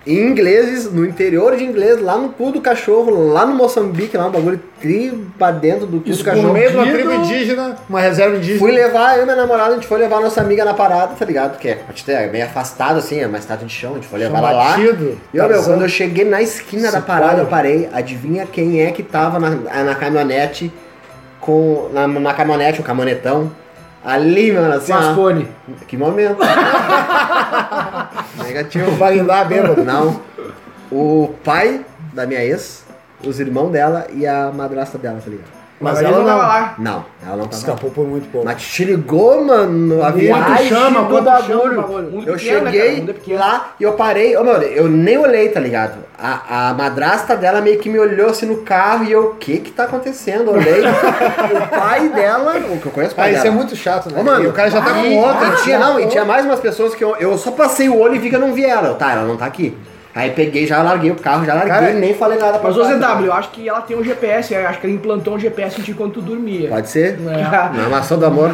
Speaker 3: em ingleses, no interior de inglês, lá no cu do cachorro, lá no Moçambique, lá um bagulho tripa dentro do cu do
Speaker 2: No
Speaker 3: cachorro.
Speaker 2: meio de uma tribo indígena, uma reserva indígena.
Speaker 3: Fui levar, eu e minha namorada, a gente foi levar a nossa amiga na parada, tá ligado? Porque a gente é meio afastado, assim, é uma estátua de chão, a gente foi levar ela lá.
Speaker 2: batido.
Speaker 3: E eu, meu,
Speaker 2: Tarzan.
Speaker 3: quando eu cheguei na esquina da
Speaker 2: Se
Speaker 3: parada,
Speaker 2: para.
Speaker 3: eu parei, adivinha quem é que tava na, na caminhonete, com, na, na caminhonete, o caminhonetão, ali, mano, assim, ó.
Speaker 5: Mascone.
Speaker 3: Que momento. Negativo.
Speaker 2: Vai lá, um bêbado.
Speaker 3: Não. O pai da minha ex, os irmãos dela e a madrasta dela, tá ligado?
Speaker 2: Mas
Speaker 4: Ele
Speaker 2: ela
Speaker 4: não tava
Speaker 2: não.
Speaker 4: lá.
Speaker 3: Não, ela não tava.
Speaker 2: Escapou por muito pouco.
Speaker 3: Mas te ligou, mano, a
Speaker 5: Quanto
Speaker 3: viagem
Speaker 5: chama,
Speaker 3: do
Speaker 5: quanto chama o
Speaker 3: bagulho. Um
Speaker 5: bagulho.
Speaker 4: Mundo
Speaker 3: Eu
Speaker 4: pequeno, né, cara?
Speaker 3: cheguei
Speaker 4: Mundo é pequeno.
Speaker 3: lá e eu parei. Ô, meu, eu nem olhei, tá ligado? A, a madrasta dela meio que me olhou assim no carro e eu, o que que tá acontecendo? Olhei. o pai dela, o que eu conheço o pai
Speaker 2: Ah, isso
Speaker 3: dela.
Speaker 2: é muito chato, né?
Speaker 3: Ô, mano,
Speaker 2: E o cara já tá
Speaker 3: aí-
Speaker 2: com outra.
Speaker 3: E tinha, não, e tinha mais umas pessoas que eu, eu só passei o olho e vi que eu não vi ela. Eu, Tá, ela não tá aqui. Aí peguei, já larguei o carro, já larguei,
Speaker 2: Cara, tá
Speaker 3: nem falei nada pra
Speaker 4: Mas o
Speaker 3: ela.
Speaker 4: ZW, eu acho que ela tem um GPS, eu acho que ela implantou um GPS em ti quando tu dormia.
Speaker 3: Pode ser?
Speaker 4: É.
Speaker 2: Ah.
Speaker 3: Na maçã do amor.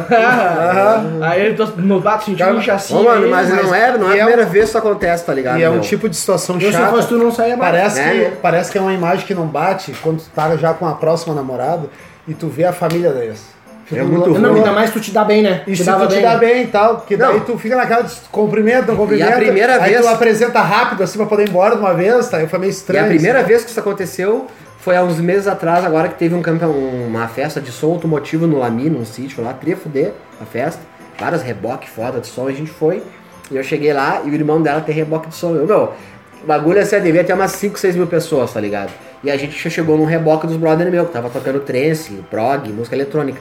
Speaker 4: Aí ele tá no bato sentindo
Speaker 2: Cara,
Speaker 4: um chassi.
Speaker 3: Ô, mano, mas, não é, não é a
Speaker 2: e é um-
Speaker 3: primeira vez que isso acontece, tá ligado?
Speaker 2: E é um
Speaker 3: meu?
Speaker 2: tipo de situação
Speaker 5: Eu se
Speaker 2: chata.
Speaker 5: fosse tu não saia mais.
Speaker 2: Parece,
Speaker 3: É.
Speaker 2: que, parece que é uma imagem que não bate quando tu tá já com a próxima namorada e tu vê a família deles.
Speaker 3: É muito
Speaker 2: louco. né?
Speaker 5: Não, ainda mais tu te dá bem, né?
Speaker 2: E se tu te dá bem e tal, porque daí
Speaker 3: Não.
Speaker 2: tu fica naquela de cumprimento, não cumprimenta.
Speaker 3: E a primeira
Speaker 2: aí
Speaker 3: vez-
Speaker 2: tu apresenta rápido assim pra poder ir embora de uma vez, tá? Aí foi meio
Speaker 3: E
Speaker 2: estranho.
Speaker 3: a primeira vez que isso aconteceu Foi há uns meses atrás, agora que teve um campeão, uma festa de som automotivo no Lamino, um sítio lá, queria fuder a festa, vários reboques foda de som, a gente foi. E eu cheguei lá e o irmão dela tem reboque de som. Eu, meu, o bagulho é CDV até umas 5, 6 mil pessoas, tá ligado? E a gente che- chegou num reboque dos brother meu, que tava tocando trance, prog, música eletrônica.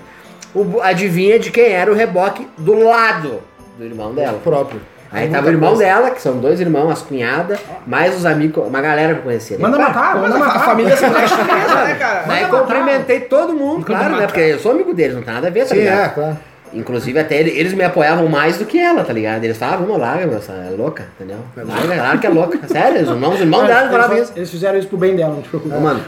Speaker 3: O, bu- adivinha de quem era o reboque do lado do irmão dela.
Speaker 2: né? próprio.
Speaker 3: Aí tava o irmão dela, que são dois irmãos, as cunhadas, mais os amigos, uma galera que eu conhecia. né?
Speaker 5: Manda matar,
Speaker 4: Mas
Speaker 5: manda
Speaker 4: a, a
Speaker 5: matar.
Speaker 4: família se mexe mesmo, né, cara?
Speaker 3: Daí cumprimentei todo mundo, claro, né? Porque eu sou amigo deles, não tem nada a ver, tá
Speaker 2: Sim, é,
Speaker 3: ligado?
Speaker 2: claro.
Speaker 3: Inclusive, até ele- eles me apoiavam mais do que ela, tá ligado? Eles falavam, vamos lá, meu, essa é louca, entendeu? Larga, larga que é louca. Sério, os irmãos, os irmãos dela
Speaker 5: Eles
Speaker 3: falavam
Speaker 5: fa-
Speaker 3: isso.
Speaker 5: Eles fizeram isso pro bem dela, não te preocupa.
Speaker 3: Ô, mano.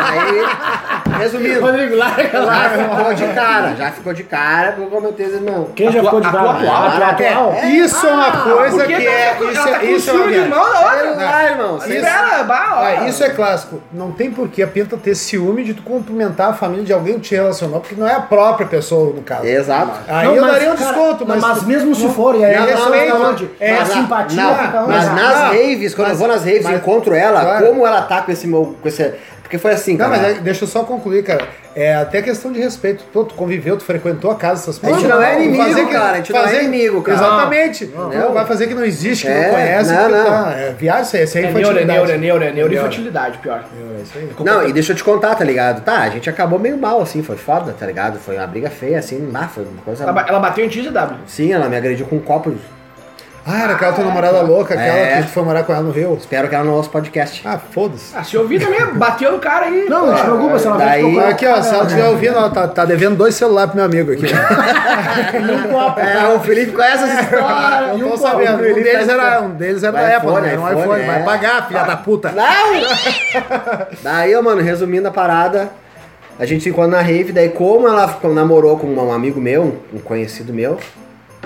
Speaker 3: Aí, resumindo.
Speaker 5: Rodrigo, larga
Speaker 3: Já ficou de cara, já ficou de cara, porque eu comentei esse irmão.
Speaker 5: Quem já
Speaker 4: A tua-
Speaker 5: ficou de
Speaker 4: a tua
Speaker 5: barba?
Speaker 4: atual,
Speaker 5: A tua
Speaker 3: a tua
Speaker 5: atual?
Speaker 3: atual.
Speaker 2: Isso é
Speaker 4: Ah,
Speaker 2: uma coisa que é.
Speaker 4: ela
Speaker 2: Isso
Speaker 4: tá com
Speaker 2: é, isso é uma
Speaker 4: ciúme do
Speaker 2: merda.
Speaker 4: irmão da
Speaker 3: Sério
Speaker 4: outra.
Speaker 3: lá, irmão.
Speaker 2: Isso- é
Speaker 4: Espera, bah, ó.
Speaker 2: Ah, isso é clássico. Não tem por que a Pinta ter ciúme de tu cumprimentar a família de alguém que te relacionou, porque não é a própria pessoa, no caso.
Speaker 3: Exato.
Speaker 2: Aí
Speaker 5: Não,
Speaker 2: eu
Speaker 5: mas,
Speaker 2: daria um
Speaker 5: cara,
Speaker 2: desconto,
Speaker 5: não,
Speaker 2: mas.
Speaker 5: mas mesmo se for,
Speaker 3: É,
Speaker 5: e aí
Speaker 2: Não,
Speaker 5: a relação
Speaker 2: não,
Speaker 5: fica
Speaker 2: não,
Speaker 5: onde?
Speaker 2: é,
Speaker 5: a
Speaker 2: na-
Speaker 5: simpatia
Speaker 3: Não,
Speaker 5: fica onde?
Speaker 3: mas
Speaker 5: Ah,
Speaker 3: nas
Speaker 2: né? não,
Speaker 3: raves, quando eu vou nas raves e
Speaker 2: mas-
Speaker 3: encontro ela,
Speaker 2: claro.
Speaker 3: como ela tá com esse meu. Com esse, porque foi assim,
Speaker 2: Não,
Speaker 3: cara.
Speaker 2: mas é- deixa eu só concluir, cara. É até questão de respeito. Tu, tu conviveu, tu frequentou a casa dessas pessoas.
Speaker 3: gente não é inimigo, cara, a gente não é
Speaker 2: fazer-
Speaker 3: inimigo, cara.
Speaker 2: Exatamente. Não,
Speaker 3: não.
Speaker 2: vai fazer que não existe, que
Speaker 3: É,
Speaker 2: não conhece.
Speaker 3: não,
Speaker 2: que
Speaker 3: não.
Speaker 2: Tá, é, viagem, isso aí, isso aí é
Speaker 4: É neuro, é
Speaker 2: infantilidade.
Speaker 4: neuro, é neuro, é neuro.
Speaker 2: Neuro.
Speaker 4: Infantilidade, pior.
Speaker 2: É isso aí.
Speaker 3: Não, e deixa eu te contar, tá ligado? Tá, a gente acabou meio mal, assim, foi foda, tá ligado? Foi uma briga feia, assim, bah, foi uma coisa.
Speaker 4: Ela ba- Ela bateu em ti, ZW.
Speaker 3: Sim, ela me agrediu com um copo.
Speaker 2: Ah, era aquela tua namorada louca, aquela
Speaker 3: É.
Speaker 2: que tu foi morar com ela no Rio.
Speaker 3: Espero que ela não ouça o podcast.
Speaker 2: Ah, foda-se.
Speaker 4: Ah, se eu vi também, bateu no cara aí.
Speaker 5: Não, não te preocupa, se ela vai
Speaker 3: Daí-
Speaker 5: te procurar.
Speaker 2: Aqui, ó, se ela
Speaker 3: Ah.
Speaker 2: estiver ouvindo, ela tá, tá devendo dois celulares pro meu amigo aqui. Ah,
Speaker 3: É, o Felipe conhece essa história.
Speaker 2: Eu
Speaker 3: Ah, e o
Speaker 2: tô sabendo.
Speaker 3: Felipe
Speaker 2: Um deles
Speaker 3: tá-
Speaker 2: era, um deles era
Speaker 3: Vai
Speaker 2: da Apple,
Speaker 3: iPhone,
Speaker 2: né? Era um
Speaker 3: iPhone,
Speaker 2: iPhone.
Speaker 3: é.
Speaker 2: Vai pagar, filha da puta.
Speaker 3: Não! daí, ó, mano, resumindo a parada, a gente se encontra na rave, daí como ela ficou- namorou com um amigo meu, um conhecido meu,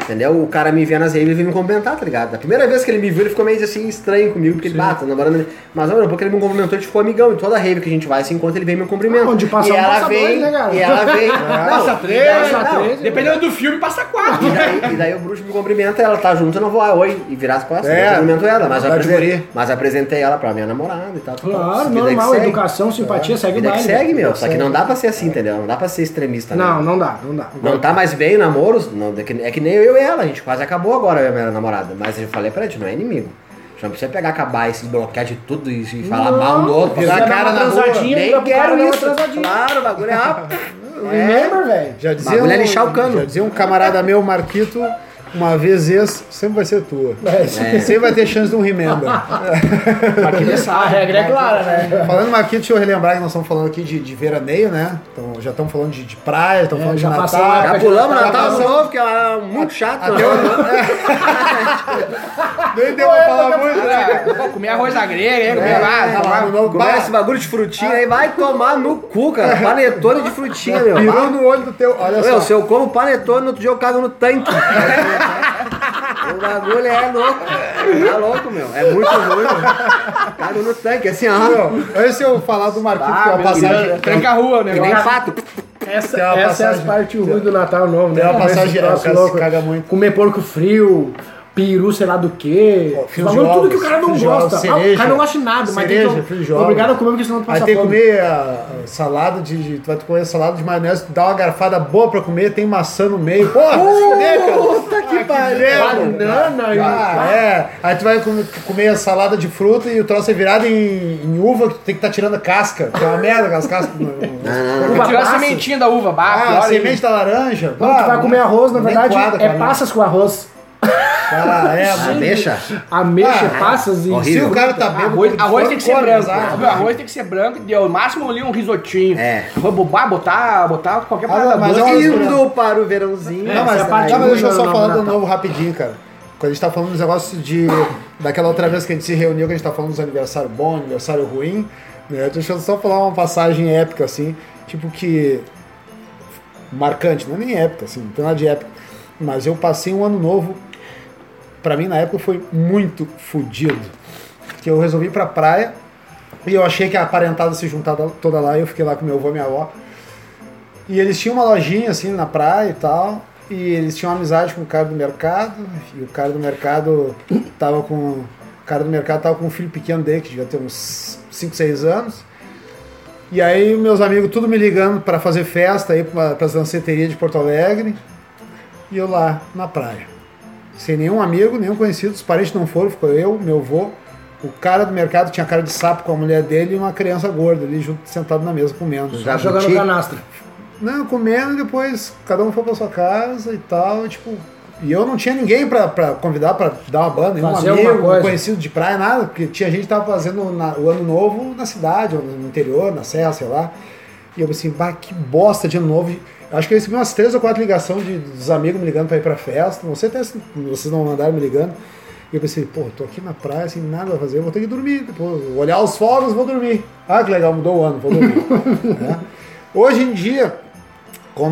Speaker 3: entendeu? O cara me via nas raves e veio me cumprimentar, tá ligado? A primeira vez que ele me viu, ele ficou meio assim estranho comigo, porque ele bata, namorando. Mas olha, porque ele me cumprimentou, a gente ficou amigão. E toda rave que a gente vai, se encontra, ele vem me cumprimenta.
Speaker 5: Ah, onde passa
Speaker 3: e
Speaker 5: um,
Speaker 3: ela
Speaker 5: passa dois,
Speaker 3: vem,
Speaker 5: né, cara?
Speaker 3: E ela vem.
Speaker 4: Passa
Speaker 3: Não,
Speaker 4: três,
Speaker 3: não,
Speaker 5: passa
Speaker 3: não.
Speaker 5: três. né?
Speaker 4: Dependendo do filme, passa quatro.
Speaker 3: E daí, e daí o bruxo me cumprimenta, ela tá junto, eu não vou, ah, oi, e virar as costas,
Speaker 2: É,
Speaker 3: eu cumprimento ela, mas,
Speaker 2: dá de
Speaker 3: apresen-
Speaker 2: guri.
Speaker 3: mas apresentei ela pra minha namorada e tal. tal, tal. Vida
Speaker 5: Claro,
Speaker 3: que
Speaker 5: normal,
Speaker 3: segue.
Speaker 5: educação, simpatia, segue o
Speaker 3: Vida que
Speaker 5: baile.
Speaker 3: segue, meu, só que não dá pra ser assim, entendeu? Não dá pra ser extremista, né?
Speaker 5: Não, não dá, não dá.
Speaker 3: Não tá mais bem o namoro, não, é, que, é que nem eu e ela, a gente quase acabou agora, eu e a minha namorada. Mas eu falei pra ela, a gente, não é inimigo. A gente não precisa pegar, acabar e se bloquear de tudo e, e falar
Speaker 5: Não,
Speaker 3: mal um do outro.
Speaker 2: virar
Speaker 3: passar-
Speaker 2: a cara na rua.
Speaker 5: Transadinha, liga
Speaker 3: Nem
Speaker 5: pro cara,
Speaker 3: quero
Speaker 5: dá uma
Speaker 3: isso.
Speaker 5: transadinha. Tá,
Speaker 3: Claro, o bagulho é rápido.
Speaker 5: Remember, velho?
Speaker 2: Já dizia,
Speaker 3: Bagulho é
Speaker 2: um,
Speaker 3: lixar o cano.
Speaker 2: já dizia um camarada meu, Marquito, uma vez ex, sempre vai ser tua.
Speaker 5: É,
Speaker 3: É.
Speaker 2: Sempre vai ter chance de um remember.
Speaker 5: A regra é clara, né?
Speaker 2: falando em Marquito, deixa eu relembrar que nós estamos falando aqui de, de veraneio, né? Então, já estamos falando de, de praia, estamos falando
Speaker 5: É, já
Speaker 2: de
Speaker 5: passou
Speaker 2: Natal.
Speaker 5: a
Speaker 3: Já
Speaker 5: época
Speaker 3: pulamos
Speaker 2: Já
Speaker 3: Natal de
Speaker 2: passou.
Speaker 3: novo, que é muito chato.
Speaker 2: Até Nem deu pra falar muito, né?
Speaker 4: Vou comer arroz na grega, hein? Comer
Speaker 2: É,
Speaker 4: lá, tá lá.
Speaker 2: lá no novo
Speaker 3: Comer
Speaker 2: bar.
Speaker 3: esse bagulho de frutinha aí, vai tomar no cu, cara. Panetone de frutinha, meu.
Speaker 2: Pirou no olho do teu. Olha
Speaker 3: Meu, se
Speaker 2: só.
Speaker 3: eu como panetone, no outro dia eu cago no tanque. o bagulho é louco. Tá louco, meu. É muito ruim. Cago no tanque, assim, ó.
Speaker 2: Meu, Antes de eu falar do Marquito, que é uma passagem.
Speaker 4: Tranca a rua, né?
Speaker 3: Que nem fato.
Speaker 5: Essa,
Speaker 2: Tem uma
Speaker 5: essa é
Speaker 2: passagem-
Speaker 5: a parte ruim do Natal novo, né?
Speaker 2: Tem uma
Speaker 5: Comer esses
Speaker 2: passagem- é, o
Speaker 5: troços
Speaker 2: cara se
Speaker 5: loucos.
Speaker 2: caga muito.
Speaker 5: Comer porco frio, peru, sei lá do quê.
Speaker 2: Ó, fio
Speaker 5: Bagulho,
Speaker 2: de ovos,
Speaker 5: tudo que o cara não
Speaker 2: fio de ovos,
Speaker 5: gosta.
Speaker 2: cereja.
Speaker 5: Ah, o cara não gosta de nada, mas tem
Speaker 2: Cereja,
Speaker 5: que-
Speaker 2: fio de ovos.
Speaker 5: Obrigado a comer porque senão tu
Speaker 2: Aí
Speaker 5: passa
Speaker 2: tem que
Speaker 5: fome.
Speaker 2: comer a, a salada de, de- Tu vai comer salada de maionese, tu dá uma garfada boa pra comer, tem maçã no meio. Porra, vai se fuder, cara.
Speaker 3: Puta que pariu.
Speaker 5: Banana e...
Speaker 2: Ah, é. Aí tu vai comer, comer a salada de fruta e o troço é virado em, em uva, que tu tem que estar tirando casca. Que é uma merda aquelas cascas.
Speaker 5: Uva
Speaker 4: Tirar a
Speaker 5: passa.
Speaker 4: sementinha da uva, bah,
Speaker 2: Ah,
Speaker 4: pior
Speaker 2: semente
Speaker 4: ainda.
Speaker 2: da laranja.
Speaker 5: Quando tu vai comer arroz, na
Speaker 2: é. nem
Speaker 5: verdade,
Speaker 2: quadra,
Speaker 5: é
Speaker 2: cara.
Speaker 5: passas com arroz.
Speaker 2: Ah, é, mano.
Speaker 3: Deixa.
Speaker 5: Ameixa,
Speaker 2: Ah,
Speaker 5: passas e...
Speaker 2: Se
Speaker 3: horrível.
Speaker 2: o cara tá bêbado,
Speaker 4: Arroz,
Speaker 2: de
Speaker 4: arroz
Speaker 2: fome,
Speaker 4: tem que ser
Speaker 2: come, Ah,
Speaker 4: branco.
Speaker 2: exato.
Speaker 4: Meu, arroz tem que ser branco, deu. No máximo ali um risotinho.
Speaker 3: É.
Speaker 4: Vou bobar, botar, botar qualquer
Speaker 2: Ah,
Speaker 4: parada
Speaker 2: mas
Speaker 4: doce.
Speaker 2: é uma-
Speaker 3: Indo para o verãozinho.
Speaker 2: Não, mas,
Speaker 5: Essa é a parte
Speaker 2: não, mas deixa eu
Speaker 5: ruim
Speaker 2: só
Speaker 5: do
Speaker 2: falar do
Speaker 5: Natal.
Speaker 2: novo rapidinho, cara. Quando a gente tá falando dos negócios de. Daquela outra vez que a gente se reuniu, que a gente tá falando dos aniversários bons, aniversário ruim, né? Deixa eu só falar uma passagem épica, assim, tipo que. Marcante, não é nem épica, assim, não tem nada de épica. Mas eu passei um ano novo. Pra mim, na época, foi muito fodido. Que eu resolvi ir pra praia e eu achei que a parentada se juntava toda lá e eu fiquei lá com meu avô e minha avó. E eles tinham uma lojinha assim na praia e tal. E eles tinham uma amizade com o cara do mercado. E o cara do mercado tava com. O cara do mercado tava com um filho pequeno dele, que devia ter uns 5, 6 anos. E aí, meus amigos, tudo me ligando pra fazer festa aí pra, pras danceterias de Porto Alegre. E eu lá na praia. Sem nenhum amigo, nenhum conhecido, os parentes não foram, ficou eu, meu avô, o cara do mercado tinha cara de sapo com a mulher dele e uma criança gorda ali junto, sentado na mesa comendo.
Speaker 3: Já-
Speaker 5: tá Jogando
Speaker 3: Jabuti.
Speaker 5: canastra.
Speaker 2: Não, comendo e depois cada um foi pra sua casa e tal, tipo. E eu não tinha ninguém pra, pra convidar pra dar uma banda, nenhum
Speaker 5: Fazer
Speaker 2: amigo,
Speaker 5: alguma coisa.
Speaker 2: um conhecido de praia, nada, porque tinha gente que tava fazendo na- o ano novo na cidade, ou no interior, na serra, sei lá. E eu pensei, bah, que bosta de ano novo. Acho que eu recebi umas três ou quatro ligações de, dos amigos me ligando pra ir pra festa. Não sei até se vocês não mandaram me ligando. E eu pensei, pô, tô aqui na praia sem nada pra fazer, eu vou ter que dormir. Depois, vou olhar os fogos, vou dormir. Ah, que legal, mudou o ano, vou dormir. né? Hoje em dia,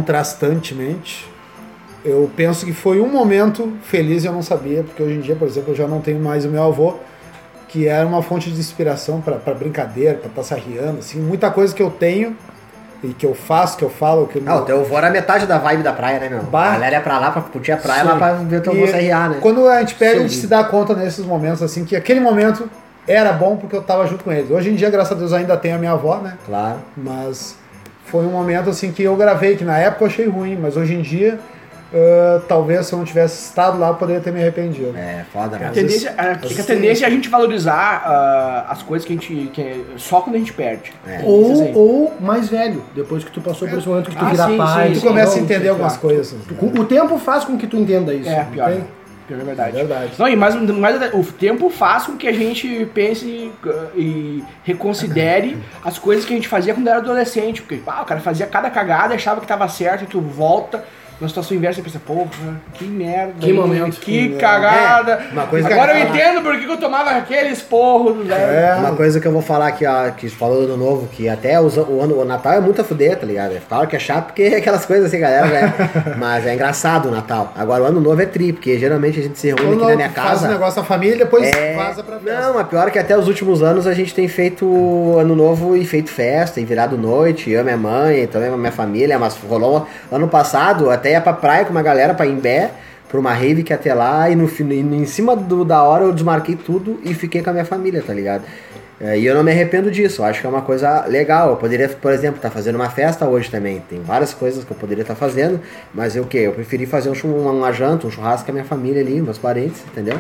Speaker 2: contrastantemente, eu penso que foi um momento feliz e eu não sabia, porque hoje em dia, por exemplo, eu já não tenho mais o meu avô, que era uma fonte de inspiração para brincadeira, para estar sarriando, assim, muita coisa que eu tenho e que eu faço, que eu falo, que eu
Speaker 3: Ah, o teu avô era metade da vibe da praia, né, meu?
Speaker 2: é Bah.
Speaker 3: A galera ia pra lá, pra curtir a praia,
Speaker 2: Sim.
Speaker 3: lá pra ver o teu
Speaker 2: E
Speaker 3: avô se arriar, né?
Speaker 2: Quando a gente pega, a gente
Speaker 3: Sim.
Speaker 2: se dá conta nesses momentos, assim, que aquele momento era bom porque eu tava junto com eles. Hoje em dia, graças a Deus, ainda tenho a minha avó, né?
Speaker 3: Claro.
Speaker 2: Mas foi um momento assim que eu gravei, que na época eu achei ruim, mas hoje em dia, ah, talvez se eu não tivesse estado lá, eu poderia ter me arrependido.
Speaker 3: É, foda,
Speaker 4: A
Speaker 3: né?
Speaker 4: tendência, a, que a tendência é a gente valorizar ah, as coisas que a gente. Que é só quando a gente perde.
Speaker 2: É.
Speaker 4: Tem essas É aí.
Speaker 5: Ou, ou mais velho, depois que tu passou por esse momento que tu
Speaker 4: Ah,
Speaker 5: vira
Speaker 4: sim,
Speaker 5: pai.
Speaker 4: sim,
Speaker 2: Tu
Speaker 4: sim.
Speaker 2: começa a
Speaker 5: entendeu?
Speaker 2: entender algumas coisas.
Speaker 5: Tu-
Speaker 2: né?
Speaker 5: tu- O tempo faz com que tu entenda isso.
Speaker 4: É,
Speaker 5: não
Speaker 4: pior.
Speaker 5: tem?
Speaker 4: né? Pior é verdade.
Speaker 2: Verdade.
Speaker 4: Não, e mais, mais o tempo faz com que a gente pense uh, e reconsidere as coisas que a gente fazia quando era adolescente. Porque ah, o cara fazia cada cagada, achava que tava certo, e tu volta na situação inversa e pensa, porra, que merda.
Speaker 5: Que
Speaker 4: hein?
Speaker 5: momento.
Speaker 4: Que cagada.
Speaker 3: É, uma coisa que
Speaker 4: Agora eu
Speaker 3: acaba-
Speaker 4: entendo por que que eu tomava aqueles porros, né?
Speaker 2: É,
Speaker 3: Uma coisa que eu vou falar aqui, ó, que tu falou do ano novo, que até os- o, ano, o Natal é muito a fuder, tá ligado? É Claro que é chato porque é aquelas coisas assim, galera, né? Mas é engraçado o Natal. Agora o ano novo é tri, porque geralmente a gente se reúne
Speaker 2: quando
Speaker 3: aqui na minha
Speaker 2: faz um o
Speaker 3: casa.
Speaker 2: negócio da família, depois
Speaker 3: É,
Speaker 2: vaza pra festa.
Speaker 3: Não, a pior é que até os últimos anos a gente tem feito ano novo e feito festa, e virado noite, eu, minha mãe, também minha família, mas rolou um ano passado, até ia pra praia com uma galera pra Imbé, pra uma rave que ia ter lá, e no, fim- e em cima do- da hora eu desmarquei tudo e fiquei com a minha família, tá ligado? É, E eu não me arrependo disso, eu acho que é uma coisa legal. Eu poderia, por exemplo, estar fazendo uma festa hoje também. Tem várias coisas que eu poderia estar fazendo, mas eu o quê? Eu preferi fazer um, chu- uma, uma janta, um churrasco com a minha família ali, meus parentes, entendeu?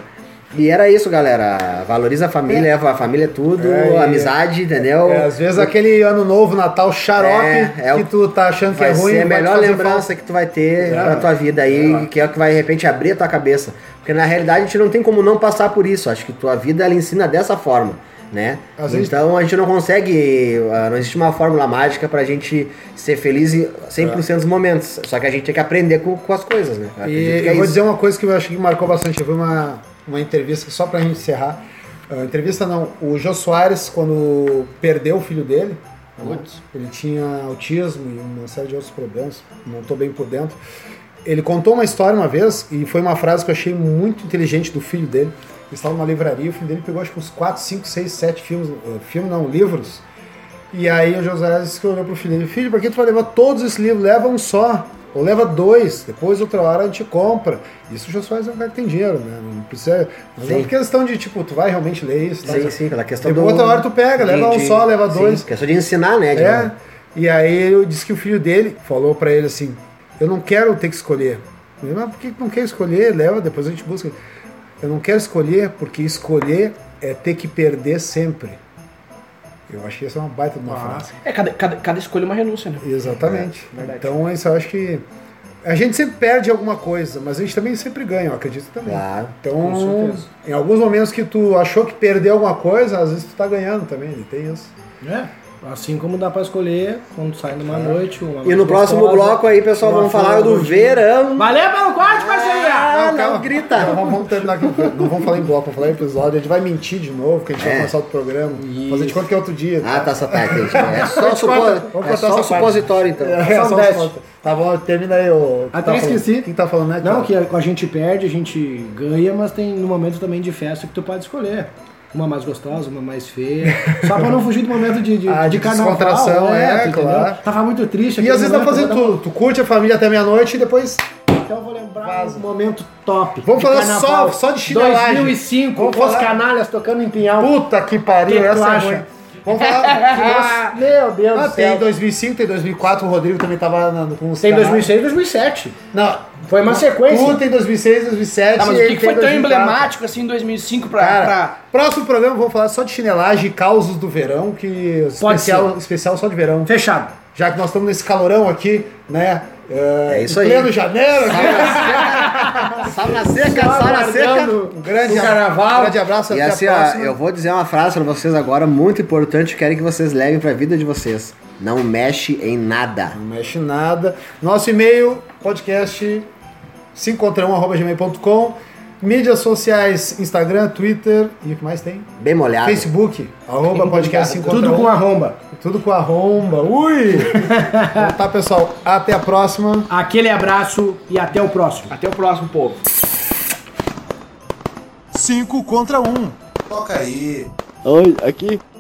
Speaker 3: E era isso, galera. Valoriza a família, a família é tudo,
Speaker 2: É, e-
Speaker 3: amizade, entendeu?
Speaker 2: É, às vezes aquele ano novo, Natal, xarope,
Speaker 3: É, é o-
Speaker 2: que tu tá achando que é
Speaker 3: vai
Speaker 2: ruim,
Speaker 3: ser a
Speaker 2: vai te
Speaker 3: melhor
Speaker 2: fazer É.
Speaker 3: lembrança que tu vai ter pra tua vida aí, que é o que vai de repente abrir a tua cabeça. Porque na realidade a gente não tem como não passar por isso. Acho que tua vida ela ensina dessa forma, né?
Speaker 2: Às vezes-
Speaker 3: então a gente não consegue, ah, não existe uma fórmula mágica pra gente ser feliz em 100% dos momentos. Só que a gente tem que aprender com, com as coisas, né? Eu acredito
Speaker 2: É. E
Speaker 3: que é
Speaker 2: eu vou
Speaker 3: isso.
Speaker 2: dizer uma coisa que eu acho que marcou bastante. Eu vi uma, uma entrevista, só pra gente encerrar. Ah, entrevista não, o Jô Soares, quando perdeu o filho dele, né,
Speaker 4: Putz.
Speaker 2: ele tinha autismo e uma série de outros problemas, não tô bem por dentro. Ele contou uma história uma vez, e foi uma frase que eu achei muito inteligente do filho dele. Ele estava numa livraria, o filho dele pegou acho que uns 4, 5, 6, 7 filmes, eh, filme não, livros. E aí o Jô Soares que olhou pro filho dele, filho, pra que tu vai levar todos esses livros? Leva um só, ou leva dois, depois outra hora a gente compra. Isso o Jô Soares é um cara que tem dinheiro, né? Não precisa... Mas é
Speaker 3: Sim.
Speaker 2: uma questão de, tipo, tu vai realmente ler isso, tá?
Speaker 3: Sim, sim, pela questão
Speaker 2: Depois outra hora tu pega, leva um só, leva
Speaker 3: sim,
Speaker 2: dois.
Speaker 3: questão de ensinar, né? de-
Speaker 2: É. E aí eu disse que o filho dele falou pra ele assim: Eu não quero ter que escolher. Eu disse, Mas por que que não quer escolher? Leva, depois a gente busca. Eu não quero escolher, porque escolher é ter que perder sempre. Eu achei essa uma baita de uma
Speaker 3: Ah.
Speaker 2: frase.
Speaker 4: É, cada, cada, cada escolha é uma renúncia, né?
Speaker 2: Exatamente.
Speaker 3: É,
Speaker 2: então isso eu acho que. A gente sempre perde alguma coisa, mas a gente também sempre ganha, eu acredito também.
Speaker 3: Claro.
Speaker 5: Com
Speaker 2: Então,
Speaker 5: certeza.
Speaker 2: em alguns momentos que tu achou que perdeu alguma coisa, às vezes tu tá ganhando também, ele tem isso.
Speaker 5: É. Assim como dá pra escolher quando sai numa noite. Uma
Speaker 3: E no
Speaker 5: noite
Speaker 3: próximo
Speaker 5: gostosa,
Speaker 3: bloco aí, pessoal,
Speaker 5: uma
Speaker 3: vamos falar
Speaker 5: flor
Speaker 3: do
Speaker 5: curtida.
Speaker 3: verão.
Speaker 5: Valeu pelo corte, parceria!
Speaker 3: Ah,
Speaker 2: calma.
Speaker 3: não grita.
Speaker 2: Não, vamos- vamos terminar aqui. Não vamos falar em bloco, vamos falar em episódio. A gente vai mentir de novo, porque a gente vai começar outro programa. Fazer de conta que é outro dia.
Speaker 3: É. Ah, tá, só tá, entendi. É só,
Speaker 2: Vamos
Speaker 3: supo...
Speaker 2: cortar- vamos
Speaker 3: é
Speaker 2: cortar
Speaker 3: só
Speaker 2: essa
Speaker 3: o supositório, então.
Speaker 2: É,
Speaker 5: Só um
Speaker 2: só
Speaker 5: teste.
Speaker 2: falta. Tá bom, termina aí
Speaker 3: Ah,
Speaker 2: o.
Speaker 5: Até esqueci.
Speaker 2: Quem tá falando, né? cara?
Speaker 5: Não, que a gente perde, a gente ganha, mas tem no momento também de festa que tu pode escolher. Uma mais gostosa, uma mais feia. Só pra não fugir do momento de, de,
Speaker 2: Ah, de
Speaker 5: carnaval, né,
Speaker 2: descontração, é,
Speaker 5: tu entendeu?
Speaker 2: claro.
Speaker 5: Tava muito triste.
Speaker 2: E
Speaker 5: aquele
Speaker 2: às vezes dá
Speaker 3: é
Speaker 5: momento,
Speaker 2: fazendo
Speaker 5: eu vou
Speaker 2: tudo. Tu curte a família até meia-noite e depois.
Speaker 5: dar- Então eu vou lembrar um momento top.
Speaker 2: Vamos
Speaker 5: de
Speaker 2: falar
Speaker 5: carnaval.
Speaker 2: só- só de chinelagem.
Speaker 5: 2005,
Speaker 2: Vamos
Speaker 5: os
Speaker 2: falar-
Speaker 5: canalhas tocando em pinhal.
Speaker 2: Puta que
Speaker 5: O que
Speaker 2: pariu,
Speaker 5: que tu
Speaker 2: essa é
Speaker 5: acha?
Speaker 2: ruim. Vamos falar. que nós-
Speaker 5: Meu Deus
Speaker 2: Ah,
Speaker 5: do
Speaker 2: tem
Speaker 5: céu.
Speaker 2: 2005, tem 2004, o Rodrigo também tava na- com os
Speaker 5: Tem
Speaker 2: canais.
Speaker 5: 2006 2007.
Speaker 2: Não.
Speaker 5: Foi uma sequência.
Speaker 2: Tu tem 2006, 2007.
Speaker 4: Tá, mas o
Speaker 2: ele
Speaker 4: que, que
Speaker 2: tem
Speaker 4: foi tão
Speaker 2: 2004.
Speaker 4: emblemático assim em 2005 pra.
Speaker 2: Cara,
Speaker 4: pra-
Speaker 2: próximo programa vamos falar só de chinelagem e causos do verão, que
Speaker 5: Pode
Speaker 2: especial, especial só de verão.
Speaker 5: Fechado.
Speaker 2: Já que nós estamos nesse calorão aqui, né? É,
Speaker 3: isso
Speaker 2: em
Speaker 3: aí.
Speaker 2: Pleno janeiro, aqui,
Speaker 3: Sal na seca, sal na seca.
Speaker 2: um grande,
Speaker 5: O carnaval.
Speaker 2: Um grande abraço,
Speaker 3: E
Speaker 2: até
Speaker 3: assim,
Speaker 2: a
Speaker 3: ó,
Speaker 2: próxima.
Speaker 3: eu vou dizer uma frase pra vocês agora muito importante, quero que vocês levem pra vida de vocês. Não mexe em nada.
Speaker 2: Não mexe nada. Nosso e-mail, podcast se gmail.com. Mídias sociais, Instagram, Twitter e o que mais tem?
Speaker 3: Bem molhado.
Speaker 2: Facebook, arroba podcast se
Speaker 5: Tudo com arromba.
Speaker 2: Tudo com arromba. Ui! então tá, pessoal. Até a próxima.
Speaker 5: Aquele abraço e até o próximo.
Speaker 4: Até o próximo povo.
Speaker 2: 5 contra 1. Um.
Speaker 6: Toca aí.
Speaker 7: Oi, aqui